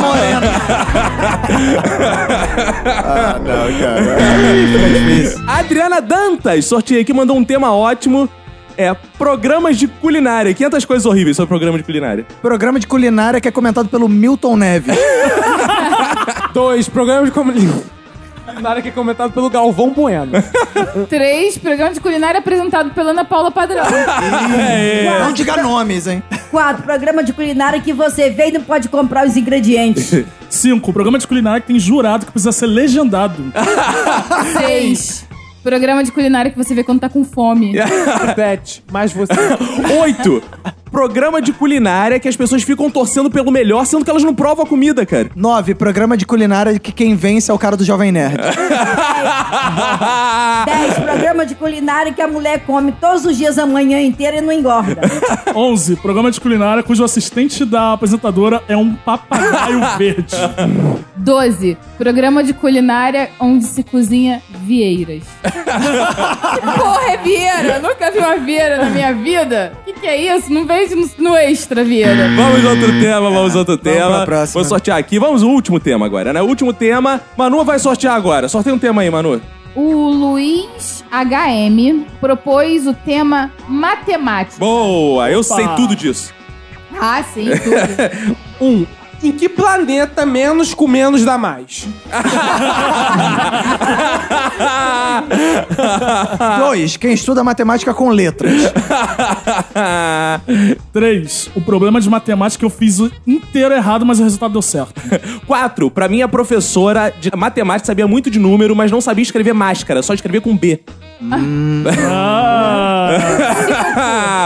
Adriana Dantas, sorteio aqui, mandou um tema ótimo. é programas de culinária. 500 coisas horríveis sobre programa de culinária.
Programa de culinária que é comentado pelo Milton Neves.
Dois, programa de culinária que é comentado pelo Galvão Bueno.
Três, programa de culinária apresentado pela Ana Paula Padrão.
Não diga nomes, hein?
Quatro, programa de culinária que você vê e não pode comprar os ingredientes.
Cinco, programa de culinária que tem jurado que precisa ser legendado.
Seis, programa de culinária que você vê quando tá com fome.
Sete, mais você.
Oito, programa de culinária que as pessoas ficam torcendo pelo melhor, sendo que elas não provam a comida, cara.
Nove, programa de culinária que quem vence é o cara do Jovem Nerd.
Dez, programa de culinária que a mulher come todos os dias a manhã inteira e não engorda.
11. Programa de culinária cujo assistente da apresentadora é um papagaio verde.
Doze, programa de culinária onde se cozinha vieiras. Porra, é vieira! Eu nunca vi uma vieira na minha vida. O que, que é isso? Não vejo no, no extra, vieira.
Vamos a outro tema, vamos a outro tema.
pra próxima.
Vou sortear aqui. Vamos o último tema agora, né? O último tema. Manu vai sortear agora. Sorteia um tema aí, Manu.
O Luiz HM propôs o tema matemática.
Boa, eu
Opa.
sei tudo disso.
Ah, sim, tudo.
Um. Em que planeta menos com menos dá mais?
Dois, quem estuda matemática com letras.
3. O problema de matemática que eu fiz inteiro errado, mas o resultado deu certo.
4. Pra mim, a professora de matemática sabia muito de número, mas não sabia escrever máscara, só escrevia com B.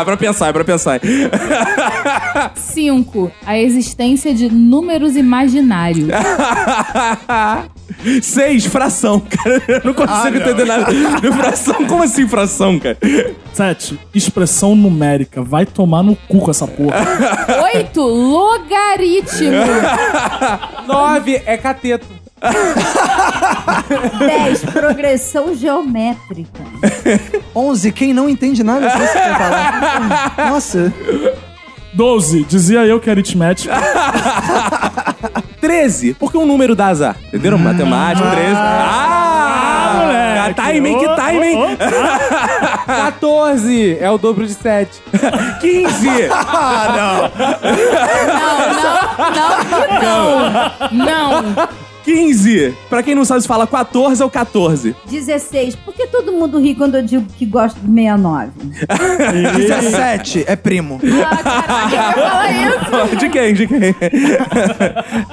pra pensar, pra pensar.
Cinco, A existência de números imaginários.
6. Fração, cara. Eu não consigo entender nada. Fração? Como assim fração, cara?
7. Expressão numérica. Vai tomar no cu com essa porra.
Oito, Logaritmo.
Nove é cateto.
Dez, progressão geométrica.
Onze, quem não entende nada disso que eu falar. Nossa.
12. Dizia eu que é aritmética.
13. Porque um número dá azar. Entenderam? Matemática, 13. Ah!
moleque.
timing, que
Ô,
timing!
ô, tá. ô.
14 é o dobro de 7.
15!
Ah,
Não.
15! Pra quem não sabe se fala é 14 ou 14.
16. Por que todo mundo ri quando eu digo que gosto de 69?
17 é primo.
De quem? De quem?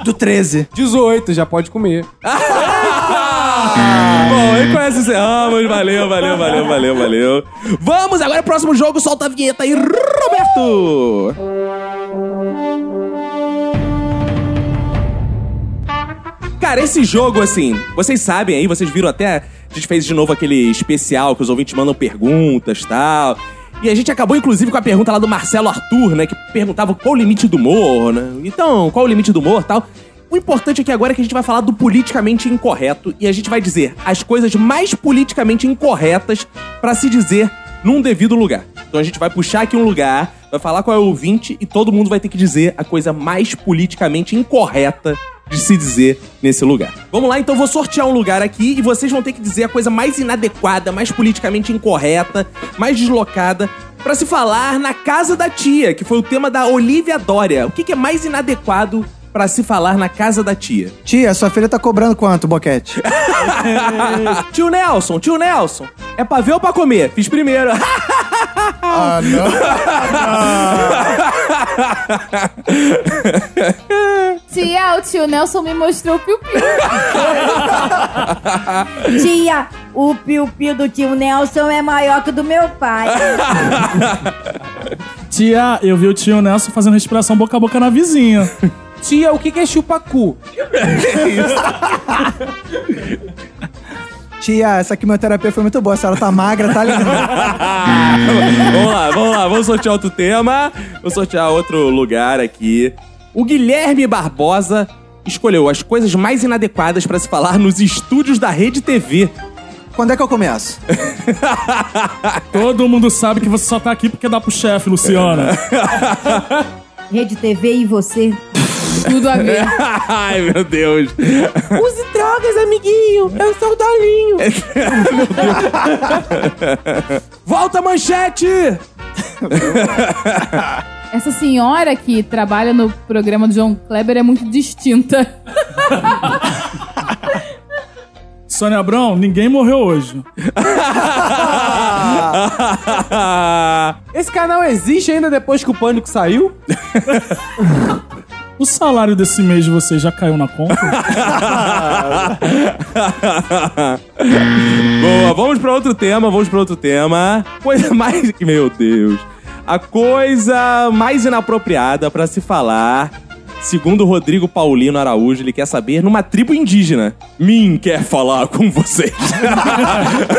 Do 13.
18 já pode comer.
Ah, Bom, eu conheço você. Ramos, valeu, valeu, valeu, valeu, valeu. Vamos agora, próximo jogo, solta a vinheta aí, Roberto! Cara, esse jogo, assim, vocês sabem aí, vocês viram até. A gente fez de novo aquele especial que os ouvintes mandam perguntas e tal. E a gente acabou, inclusive, com a pergunta lá do Marcelo Arthur, né? Que perguntava qual o limite do humor, né? Então, qual o limite do humor e tal. O importante aqui agora é que a gente vai falar do politicamente incorreto e a gente vai dizer as coisas mais politicamente incorretas pra se dizer num devido lugar. Então a gente vai puxar aqui um lugar, vai falar qual é o ouvinte e todo mundo vai ter que dizer a coisa mais politicamente incorreta de se dizer nesse lugar. Vamos lá, então vou sortear um lugar aqui e vocês vão ter que dizer a coisa mais inadequada, mais politicamente incorreta, mais deslocada pra se falar na casa da tia, que foi o tema da Olivia Dória. O que, que é mais inadequado pra se falar na casa da tia?
Tia, sua filha tá cobrando quanto, Boquete?
tio Nelson, tio Nelson, é pra ver ou pra comer? Fiz primeiro.
Ah, não.
Tia, o tio Nelson me mostrou o piu-piu.
Tia, o piu-piu do tio Nelson é maior que o do meu pai.
Tia, eu vi o tio Nelson fazendo respiração boca a boca na vizinha.
Tia, o que que é chupacu?
Tia, essa quimioterapia foi muito boa. A senhora tá magra, tá linda.
vamos lá, vamos lá, vamos sortear outro tema. Vou sortear outro lugar aqui. O Guilherme Barbosa escolheu as coisas mais inadequadas pra se falar nos estúdios da Rede TV.
Quando é que eu começo?
É.
Todo mundo sabe que você só tá aqui porque dá pro chefe, Luciana.
Rede TV e você.
Tudo a ver.
Ai, meu Deus.
Use drogas, amiguinho. Eu sou o Dolinho.
Volta, manchete!
Essa senhora que trabalha no programa do João Kleber é muito distinta.
Sônia Abrão, ninguém morreu hoje.
Esse canal existe ainda depois que o pânico saiu?
O salário desse mês de vocês já caiu na conta?
Boa, vamos pra outro tema, vamos pra outro tema. Coisa mais. Meu Deus. A coisa mais inapropriada pra se falar, segundo Rodrigo Paulino Araújo, ele quer saber numa tribo indígena. Mim quer falar com vocês.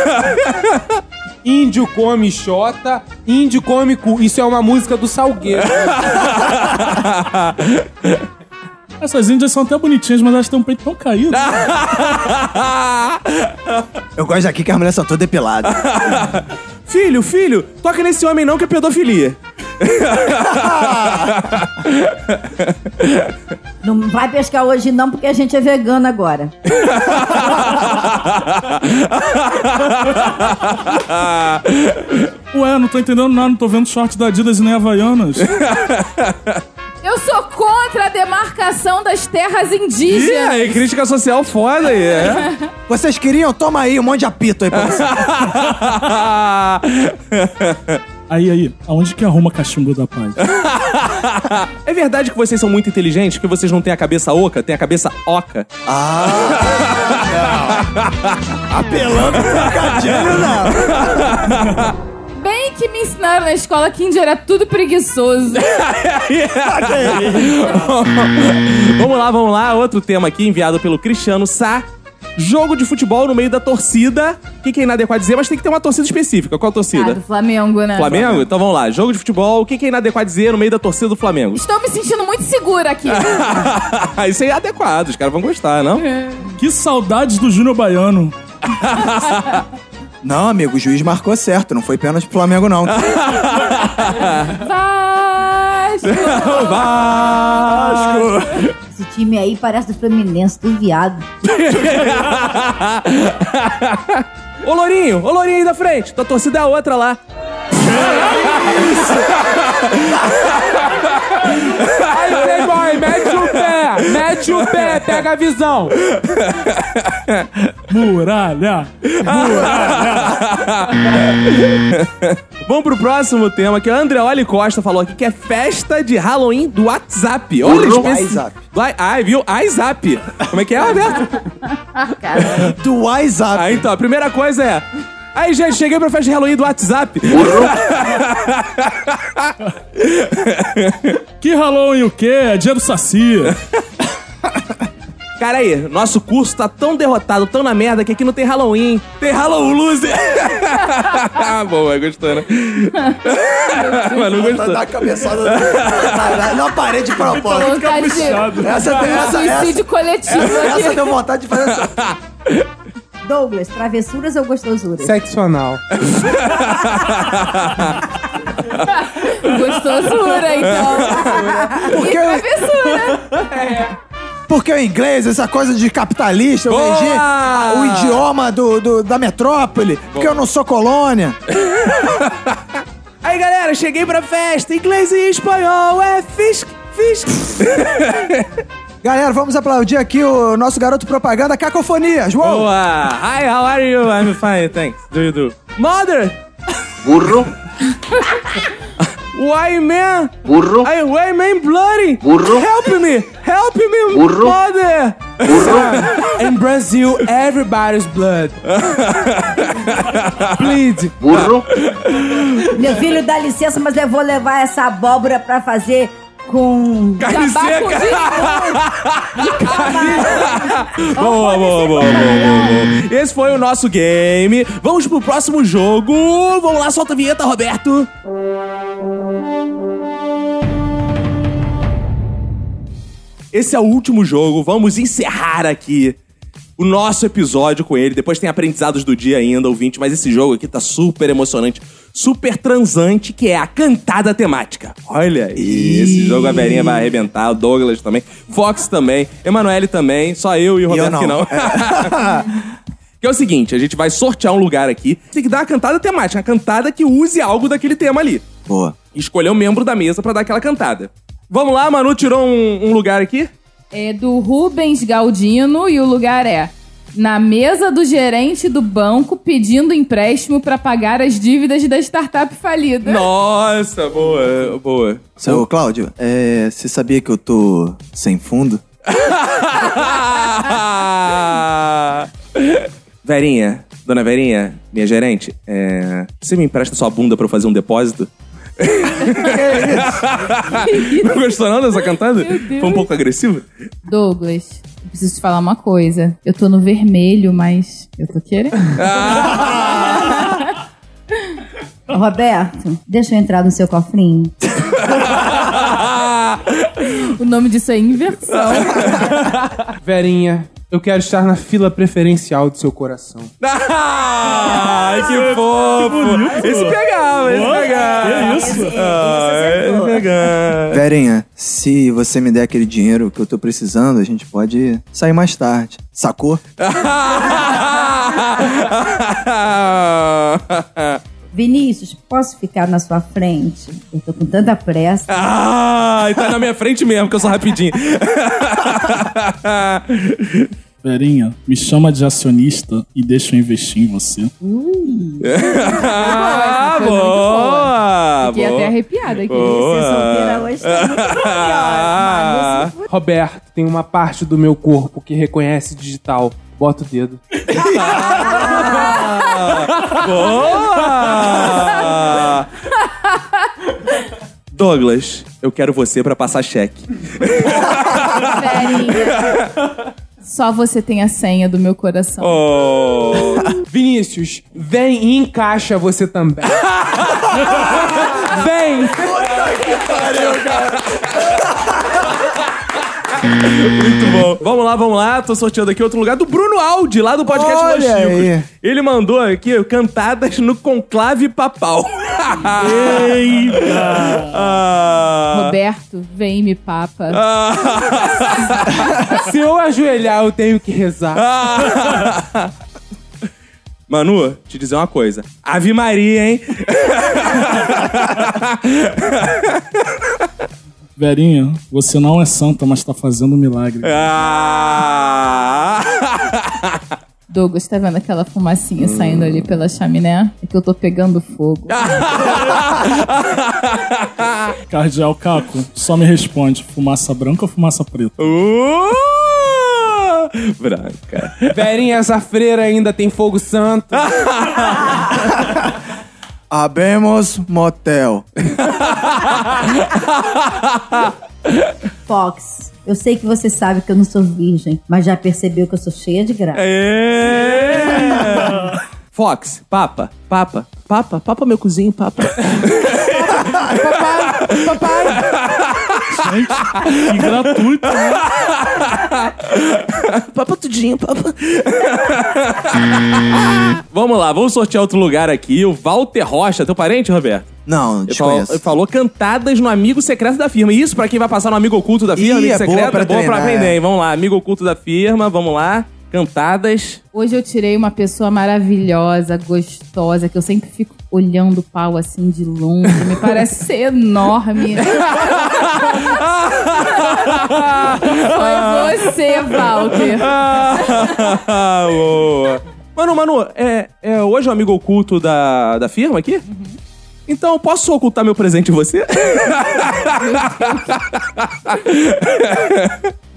Índio come xota, índio come cu. Isso é uma música do Salgueiro.
Essas índias são até bonitinhas, mas elas têm um peito tão caído.
Eu gosto daqui que as mulheres são todas depiladas.
filho, filho, toca nesse homem não que é pedofilia.
Não vai pescar hoje não, porque a gente é vegano agora.
Ué, não tô entendendo nada, não tô vendo short da Adidas e nem Havaianas.
Eu sou contra a demarcação das terras indígenas.
Ih, aí, crítica social foda aí, é.
Vocês queriam? Toma aí um monte de apito aí pra você.
Aí, aí, aonde que arruma cachimbo da paz?
É verdade que vocês são muito inteligentes, que vocês não têm a cabeça oca, têm a cabeça oca.
Apelando pro cadinho, não.
Bem que me ensinaram na escola que índio era tudo preguiçoso.
É.
vamos lá, vamos lá. Outro tema aqui enviado pelo Cristiano Sá. Jogo de futebol no meio da torcida. O que que é inadequado dizer, mas tem que ter uma torcida específica. Qual
Ah,
torcida?
do Flamengo, né?
Flamengo? Então vamos lá. Jogo de futebol. O que que é inadequado dizer no meio da torcida do Flamengo?
Estou me sentindo muito segura aqui.
Isso aí é adequado. Os caras vão gostar, não?
Que saudades do Júnior Baiano.
Não, amigo, o juiz marcou certo. Não foi pênalti pro Flamengo, não.
Vasco!
Esse time aí parece do Fluminense, do viado.
Ô Lourinho, ô Lourinho aí da frente. Tua torcida é a outra lá.
Aí, playboy, mete o pé, mete o pé, pega a visão.
Muralha.
Vamos pro próximo tema que o André Oli Costa falou aqui que é festa de Halloween do WhatsApp. Olha
Uhum.
especi-
WhatsApp.
Do i- Ai, viu? WhatsApp. Como é que é, Roberto?
Do WhatsApp.
Ah, então, a primeira coisa é. Aí, gente, cheguei pra festa de Halloween do WhatsApp.
Que Halloween o quê? É dia do Saci.
Cara aí, nosso curso tá tão derrotado, tão na merda, que aqui não tem Halloween. Tem Halloween loser. ah, boa, gostou, né? Mas não
Tá
gostou.
dar a cabeçada na, na- na parede de propósito.
Vontade de-
tá Essa tem essa, essa,
Um Suicídio coletivo
essa,
aqui.
essa deu vontade de fazer assim.
Douglas, travessuras ou gostosuras?
Seccional.
Gostosura, então.
Porque
e
eu-
travessura.
Porque o inglês, essa coisa de capitalista, eu
Boa!
vendi a- o idioma do, do- da metrópole, porque eu não sou colônia.
Aí, galera, cheguei pra festa. Inglês e espanhol. É fisk, fisk.
Galera, vamos aplaudir aqui o nosso garoto propaganda Cacofonias. Uou!
Oh.
Boa. Oh, uh, Hi, how are you? I'm fine, thanks. Do you do? Mother,
Burro,
Why man?
burro,
I why man bloody?
Burro.
Help me! Help me,
Burro.
mother!
In Brazil, everybody's blood. Bleed.
burro.
Meu filho, dá licença, mas eu vou levar essa abóbora pra fazer com...
Carne
Tabaco
seca! Boa, boa, boa,
Vamos
boa, boa, boa, boa. Esse foi o nosso game. Vamos pro próximo jogo. Vamos lá, solta a vinheta, Roberto. Esse é o último jogo. Vamos encerrar aqui o nosso episódio com ele. Depois tem aprendizados do dia ainda, ouvinte. Mas esse jogo aqui tá super emocionante, super transante, que é a cantada temática. Olha aí. Esse jogo a velhinha vai arrebentar, o Douglas também, Fox também, Emanuele também, só eu e o
E eu
Roberto que não. Que é o seguinte, a gente vai sortear um lugar aqui. Tem que dar uma cantada temática, uma cantada que use algo daquele tema ali.
Boa.
Escolher um membro da mesa pra dar aquela cantada. Vamos lá, Manu tirou um, um lugar aqui?
É do Rubens Galdino e o lugar é na mesa do gerente do banco pedindo empréstimo pra pagar as dívidas da startup falida.
Nossa, boa, boa.
Seu Cláudio, é, você sabia que eu tô sem fundo?
Verinha, dona Verinha, minha gerente, é, você me empresta sua bunda pra eu fazer um depósito? Não gostou não dessa cantada?
Meu Deus.
Foi um pouco agressivo?
Douglas, eu preciso te falar uma coisa. Eu tô no vermelho, mas eu tô querendo.
Roberto, deixa eu entrar no seu cofrinho.
o nome disso é inversão.
Verinha, eu quero estar na fila preferencial do seu coração.
Ai, que fofo! Esse pegava, esse pegava.
isso?
é. esse pegava.
Verinha, se você me der aquele dinheiro que eu tô precisando, a gente pode sair mais tarde. Sacou?
Vinícius, posso ficar na sua frente? Eu tô com tanta pressa.
Ai, tá na minha frente mesmo, que eu sou rapidinho.
Verinha, me chama de acionista e deixa eu investir em você.
ah,
foi Tá muito
boa!
Fiquei
boa.
até arrepiada aqui.
Boa.
Ser solteira
hoje
tá muito
Ah.
Roberto, tem uma parte do meu corpo que reconhece digital. Bota o dedo.
Boa! Douglas, eu quero você pra passar cheque.
Só você tem a senha do meu coração.
Vinícius, vem e encaixa você também. vem!
Muito bom. Vamos lá, vamos lá. Tô sorteando aqui outro lugar do Bruno Aldi, lá do podcast
Olha
Los
aí.
Chicos. Ele mandou aqui cantadas no conclave papal. Eita!
Roberto, vem me papa.
Se eu ajoelhar, eu tenho que rezar.
Manu, te dizer uma coisa. Ave Maria, hein?
Verinha, você não é santa, mas tá fazendo um milagre.
Ah!
Douglas, tá vendo aquela fumacinha saindo ali pela chaminé? É que eu tô pegando fogo.
Cardeal Caco, só me responde: fumaça branca ou fumaça preta?
Uh! branca.
Verinha, essa freira ainda tem fogo santo.
Abemos motel.
Fox, eu sei que você sabe que eu não sou virgem, mas já percebeu que eu sou cheia de
É.
graça.
É.
Fox, papa, papa, papa, papa meu cozinho, papa.
papai, papai.
Gente, que gratuito, né?
Papa tudinho, papa. Vamos lá, vamos sortear outro lugar aqui. O Walter Rocha, teu parente, Roberto?
Não,
Ele falou,
desconheço.
ele falou cantadas no amigo secreto da firma. Isso pra quem vai passar no amigo oculto da firma,
Ih,
amigo
é boa
secreto,
pra
é bom pra
treinar,
aprender.
é.
hein? Vamos lá, amigo oculto da firma, vamos lá. Cantadas.
Hoje eu tirei uma pessoa maravilhosa, gostosa, que eu sempre fico olhando o pau assim de longe. Me parece ser enorme. Foi você, Walter.
Ah!
Boa. Manu, Manu, é, é hoje o amigo oculto da, da firma aqui?
Uhum.
Então, posso ocultar meu presente em você?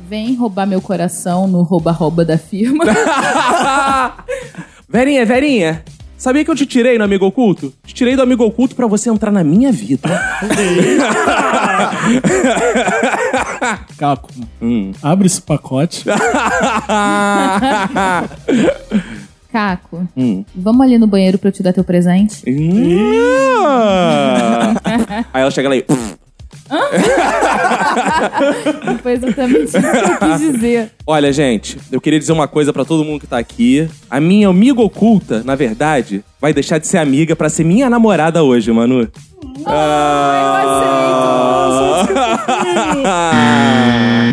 Vem roubar meu coração no rouba-rouba da firma.
Verinha, Verinha, sabia que eu te tirei no Amigo Oculto? Te tirei do Amigo Oculto pra você entrar na minha vida.
Caco, abre esse pacote.
Caco, vamos ali no banheiro pra eu te dar teu presente?
Hum. Aí ela chega lá e...
Foi exatamente isso que eu quis dizer.
Olha, gente, eu queria dizer uma coisa pra todo mundo que tá aqui. A minha amiga oculta, na verdade, vai deixar de ser amiga pra ser minha namorada hoje, Manu. Ah.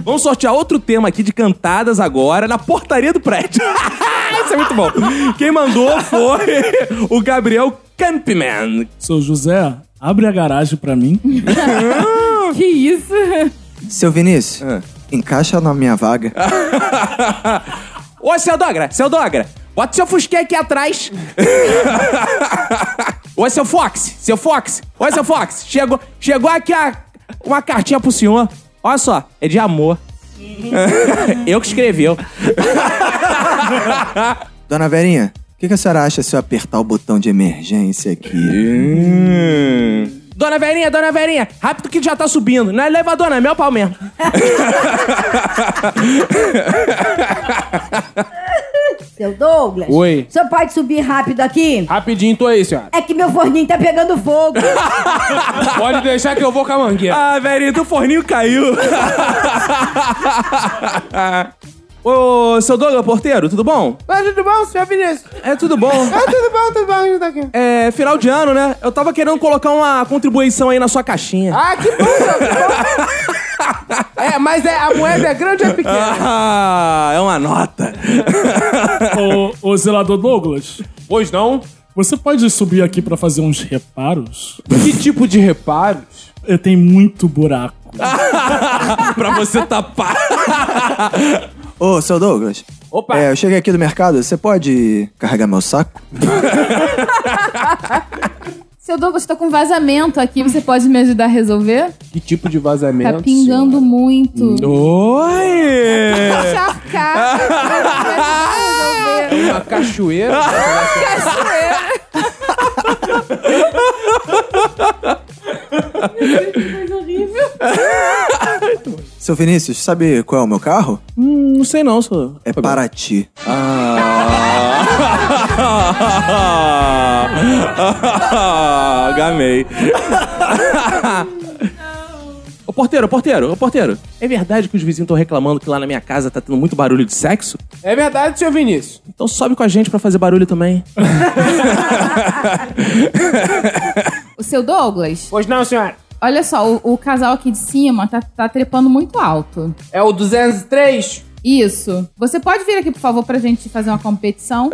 Vamos sortear outro tema aqui de cantadas agora na portaria do prédio. Isso é muito bom. Quem mandou foi o Gabriel Campman.
Seu José, abre a garagem pra mim.
que isso?
Seu Vinícius, encaixa na minha vaga.
Ô, seu Dogra, seu Dogra, bota seu Fusquê aqui atrás. Ô, seu Fox, seu Fox, ô, seu Fox, chegou, chegou aqui a, uma cartinha pro senhor. Olha só, é de amor. Eu que escreveu.
Dona Verinha, o que, que a senhora acha se eu apertar o botão de emergência aqui?
Dona Verinha, Dona Verinha, rápido que já tá subindo. Não é elevador, não, é meu pau mesmo.
Seu Douglas.
Oi.
O senhor pode subir rápido aqui?
Rapidinho, tô aí, senhora.
É que meu forninho tá pegando fogo.
Pode deixar que eu vou com a mangueira.
Ah, velhinho, teu forninho caiu. Ô, seu Douglas Porteiro, tudo bom?
Tá tudo bom, senhor Vinícius?
É tudo bom.
Ah, tudo bom, tudo bom, a gente tá aqui.
É final de ano, né? Eu tava querendo colocar uma contribuição aí na sua caixinha.
Ah, que bom, senhor, que bom. É, mas é, a moeda é grande ou é pequena?
Ah, é uma nota.
ô, ô, zelador Douglas.
Pois não?
Você pode subir aqui pra fazer uns reparos?
Que tipo de reparos?
Eu tenho muito buraco.
pra você tapar.
Ô, seu Douglas.
Opa.
É, eu cheguei aqui do mercado, você pode carregar meu saco?
Seu Douglas, tô com vazamento aqui. Você pode me ajudar a resolver?
Que tipo de
Tá
vazamento?
pingando muito.
Oi!
Encharcar.
senhora? Uma cachoeira?
Seu Vinícius, sabe qual é o meu carro?
Hum, não sei não, senhor.
É Paraty.
Ah, Gamei. Ô porteiro, ô porteiro, ô porteiro. É verdade que os vizinhos estão reclamando que lá na minha casa tá tendo muito barulho de sexo?
É verdade, senhor Vinícius.
Então sobe com a gente pra fazer barulho também.
O seu Douglas,
Pois não, senhora.
olha só, o, o casal aqui de cima tá, tá trepando muito alto.
É o 203?
Isso. Você pode vir aqui, por favor, pra gente fazer uma competição?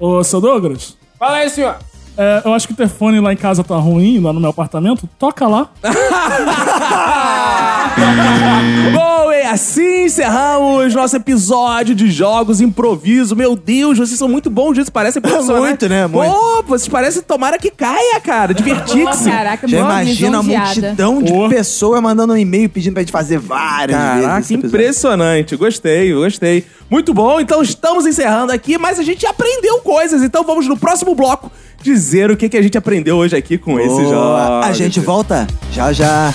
Ô, seu Douglas.
Fala aí, senhor.
é, eu acho que o interfone lá em casa tá ruim, lá no meu apartamento. Toca lá.
Ah! Bom, e assim encerramos nosso episódio de jogos improviso. Meu Deus, vocês são muito bons disso, parecem profissionais.
Muito, né? Muito.
Pô, vocês parecem tomara que caia, cara. Divertir-se.
Caraca,
Já
meu
imagina a multidão de pessoas mandando um e-mail pedindo pra gente fazer várias vezes.
Caraca,
esse episódio.
impressionante. Gostei, gostei. Muito bom, então estamos encerrando aqui, mas a gente aprendeu coisas, então vamos no próximo bloco dizer o que, que a gente aprendeu hoje aqui com esse jogo.
Boa. A gente volta já já.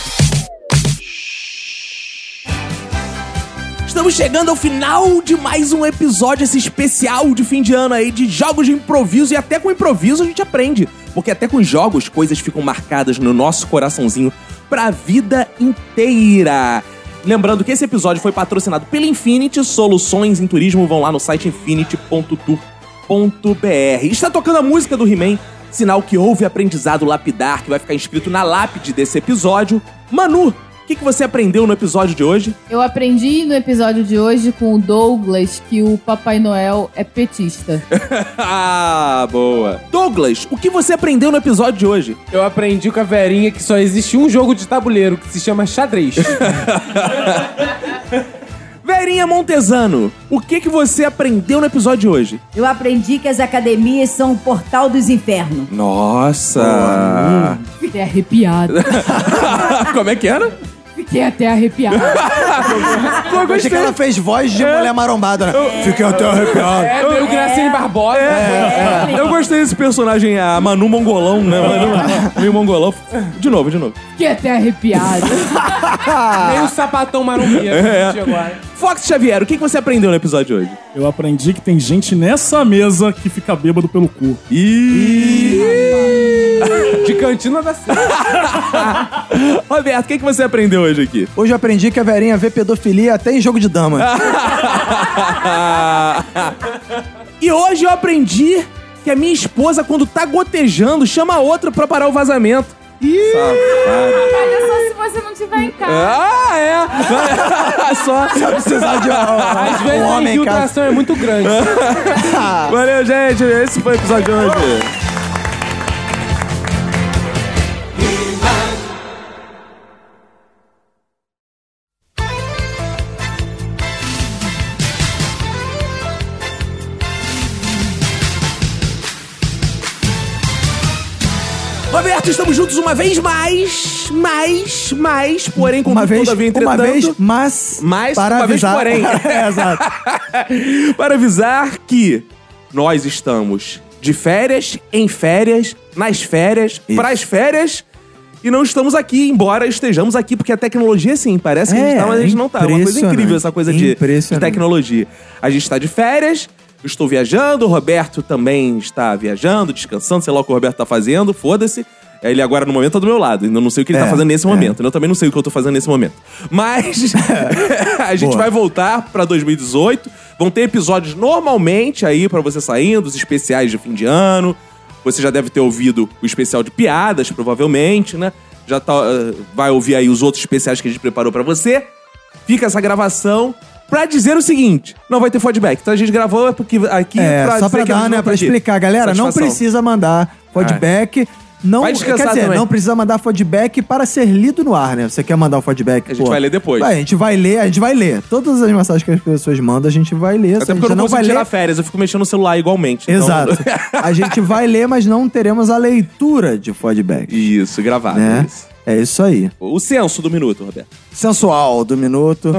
Estamos chegando ao final de mais um episódio, esse especial de fim de ano aí de jogos de improviso e até com improviso a gente aprende, porque até com jogos coisas ficam marcadas no nosso coraçãozinho pra vida inteira. Lembrando que esse episódio foi patrocinado pela Infinity Soluções em Turismo, vão lá no site infinity.tour.br. Está tocando a música do He-Man, sinal que houve aprendizado lapidar, que vai ficar inscrito na lápide desse episódio. Manu, o que, que você aprendeu no episódio de hoje?
Eu aprendi no episódio de hoje com o Douglas que o Papai Noel é petista.
ah, boa. Douglas, o que você aprendeu no episódio de hoje?
Eu aprendi com a Verinha que só existe um jogo de tabuleiro que se chama xadrez.
Verinha Montesano, o que que você aprendeu no episódio de hoje?
Eu aprendi que as academias são o portal dos infernos.
Nossa!
Fiquei arrepiado.
Como é que era?
Fiquei até arrepiado.
Eu
é
achei que ela fez voz de mulher marombada, né? Fiquei até arrepiado.
é meio Gracinha Barbosa.
É. Eu gostei desse personagem, a Manu Mongolão, né? Manu, meio Mongolão. De novo, de novo.
Fiquei até arrepiado.
Meio sapatão marombeiro.
É.
que chegou aí.
Fox Xavier, o que que você aprendeu no episódio de hoje?
Eu aprendi que tem gente nessa mesa que fica bêbado pelo cu.
Ih! De
Cantina da Sé.
Roberto, o que, que você aprendeu hoje aqui?
Hoje eu aprendi que a Verinha vê pedofilia até em jogo de dama.
e hoje eu aprendi que a minha esposa, quando tá gotejando, chama a outra pra parar o vazamento. Safado.
Olha só se você não tiver em casa.
Ah, é! Só.
Só precisar de um-
Às
um
vezes a
homem em casa.
infiltração é muito grande.
Valeu, gente. Esse foi o episódio de hoje. Roberto, estamos juntos uma vez mais, mais, mais, porém, com
Uma
tudo,
vez,
todavia,
uma
entretanto.
vez, mas.
Mas,
para
uma vez,
avisar.
porém.
é, exato.
para avisar que nós estamos de férias, em férias, nas férias, pras férias. E não estamos aqui, embora estejamos aqui, porque a tecnologia, sim, parece que a gente
É,
tá, mas a gente não tá. É uma coisa incrível essa coisa de, de
impressionante.
tecnologia. A gente tá de férias, eu estou viajando, o Roberto também está viajando, descansando, sei lá o que o Roberto tá fazendo, foda-se. Ele agora, no momento, tá do meu lado. Ainda não sei o que ele tá
É,
fazendo nesse
é.
momento. Eu também não sei o que eu tô fazendo nesse momento. Mas a gente
Boa.
vai voltar pra 2018. Vão ter episódios normalmente aí pra você saindo, os especiais de fim de ano. Você já deve ter ouvido o especial de piadas, provavelmente, né? Já tá, eh, vai ouvir aí os outros especiais que a gente preparou pra você. Fica essa gravação pra dizer o seguinte: não vai ter feedback. Então a gente gravou é porque aqui
É, só
dizer
pra
que a gente
dar,
não
né?
tá
Pra
aqui.
explicar, galera, não
Satisfação. É.
precisa mandar feedback. Não,
Vai
quer
descansar
dizer,
também.
não precisa mandar feedback para ser lido no ar, né? Você quer mandar um feedback?
A gente vai ler depois.
Vai, a gente vai ler, a gente vai ler. Todas as mensagens que as pessoas mandam, a gente vai ler.
Até
a
porque
gente
eu não
assim, vai
consigo tirar
ler.
férias, eu fico mexendo no celular igualmente. então-
Exato. a gente vai ler, mas não teremos a leitura de feedback.
Isso, gravado.
Né?
isso.
É isso aí.
O censo do minuto, Roberto. Ah,
Sensual do minuto.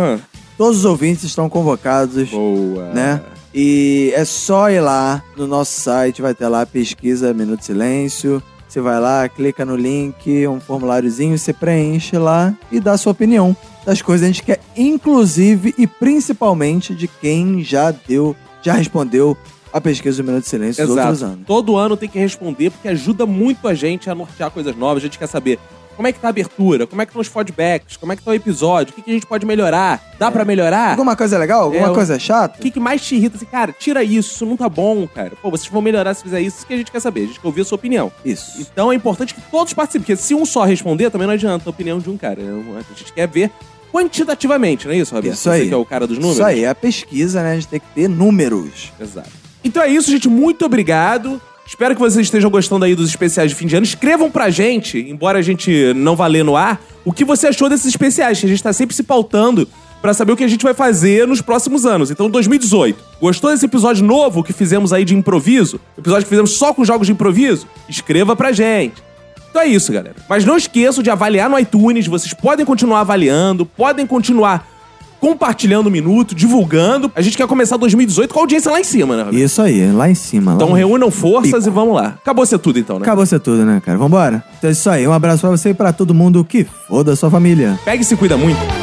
Todos os ouvintes estão convocados.
Boa.
Né? E é só ir lá no nosso site, vai ter lá pesquisa Minuto Silêncio. Você vai lá, clica no link, um formuláriozinho, você preenche lá e dá a sua opinião das coisas. A gente quer, inclusive e principalmente, de quem já deu, já respondeu a pesquisa do Minuto Silêncio dos outros anos.
Todo ano tem que responder, porque ajuda muito a gente a nortear coisas novas. A gente quer saber como é que tá a abertura, como é que estão os feedbacks, como é que tá o episódio, o que, que a gente pode melhorar, dá pra melhorar?
Alguma coisa legal? Alguma
É, o-
coisa chata?
O que, que mais te irrita? Assim, cara, tira isso, isso não tá bom, cara. Pô, vocês vão melhorar se fizer isso, isso que a gente quer saber. A gente quer ouvir a sua opinião.
Isso.
Então é importante que todos participem, porque se um só responder, também não adianta a opinião de um cara. A gente quer ver quantitativamente, não é isso, Roberto?
Isso aí.
Você que é o cara dos números.
Isso aí, é a pesquisa, né? A gente tem que ter números.
Exato. Então é isso, gente. Muito obrigado. Espero que vocês estejam gostando aí dos especiais de fim de ano. Escrevam pra gente, embora a gente não vá ler no ar, o que você achou desses especiais. que A gente tá sempre se pautando pra saber o que a gente vai fazer nos próximos anos. Então, 2018. Gostou desse episódio novo que fizemos aí de improviso? Episódio que fizemos só com jogos de improviso? Escreva pra gente. Então é isso, galera. Mas não esqueçam de avaliar no iTunes. Vocês podem continuar avaliando, podem continuar compartilhando o minuto, divulgando. A gente quer começar 2018 com a audiência lá em cima, né? Roberto?
Isso aí, lá em cima.
Então
lá no-
reúnam forças e vamos lá. Acabou ser tudo então, né?
Acabou ser tudo, né, cara? Vambora? Então é isso aí. Um abraço pra você e pra todo mundo que foda a sua família.
Pega e se cuida muito.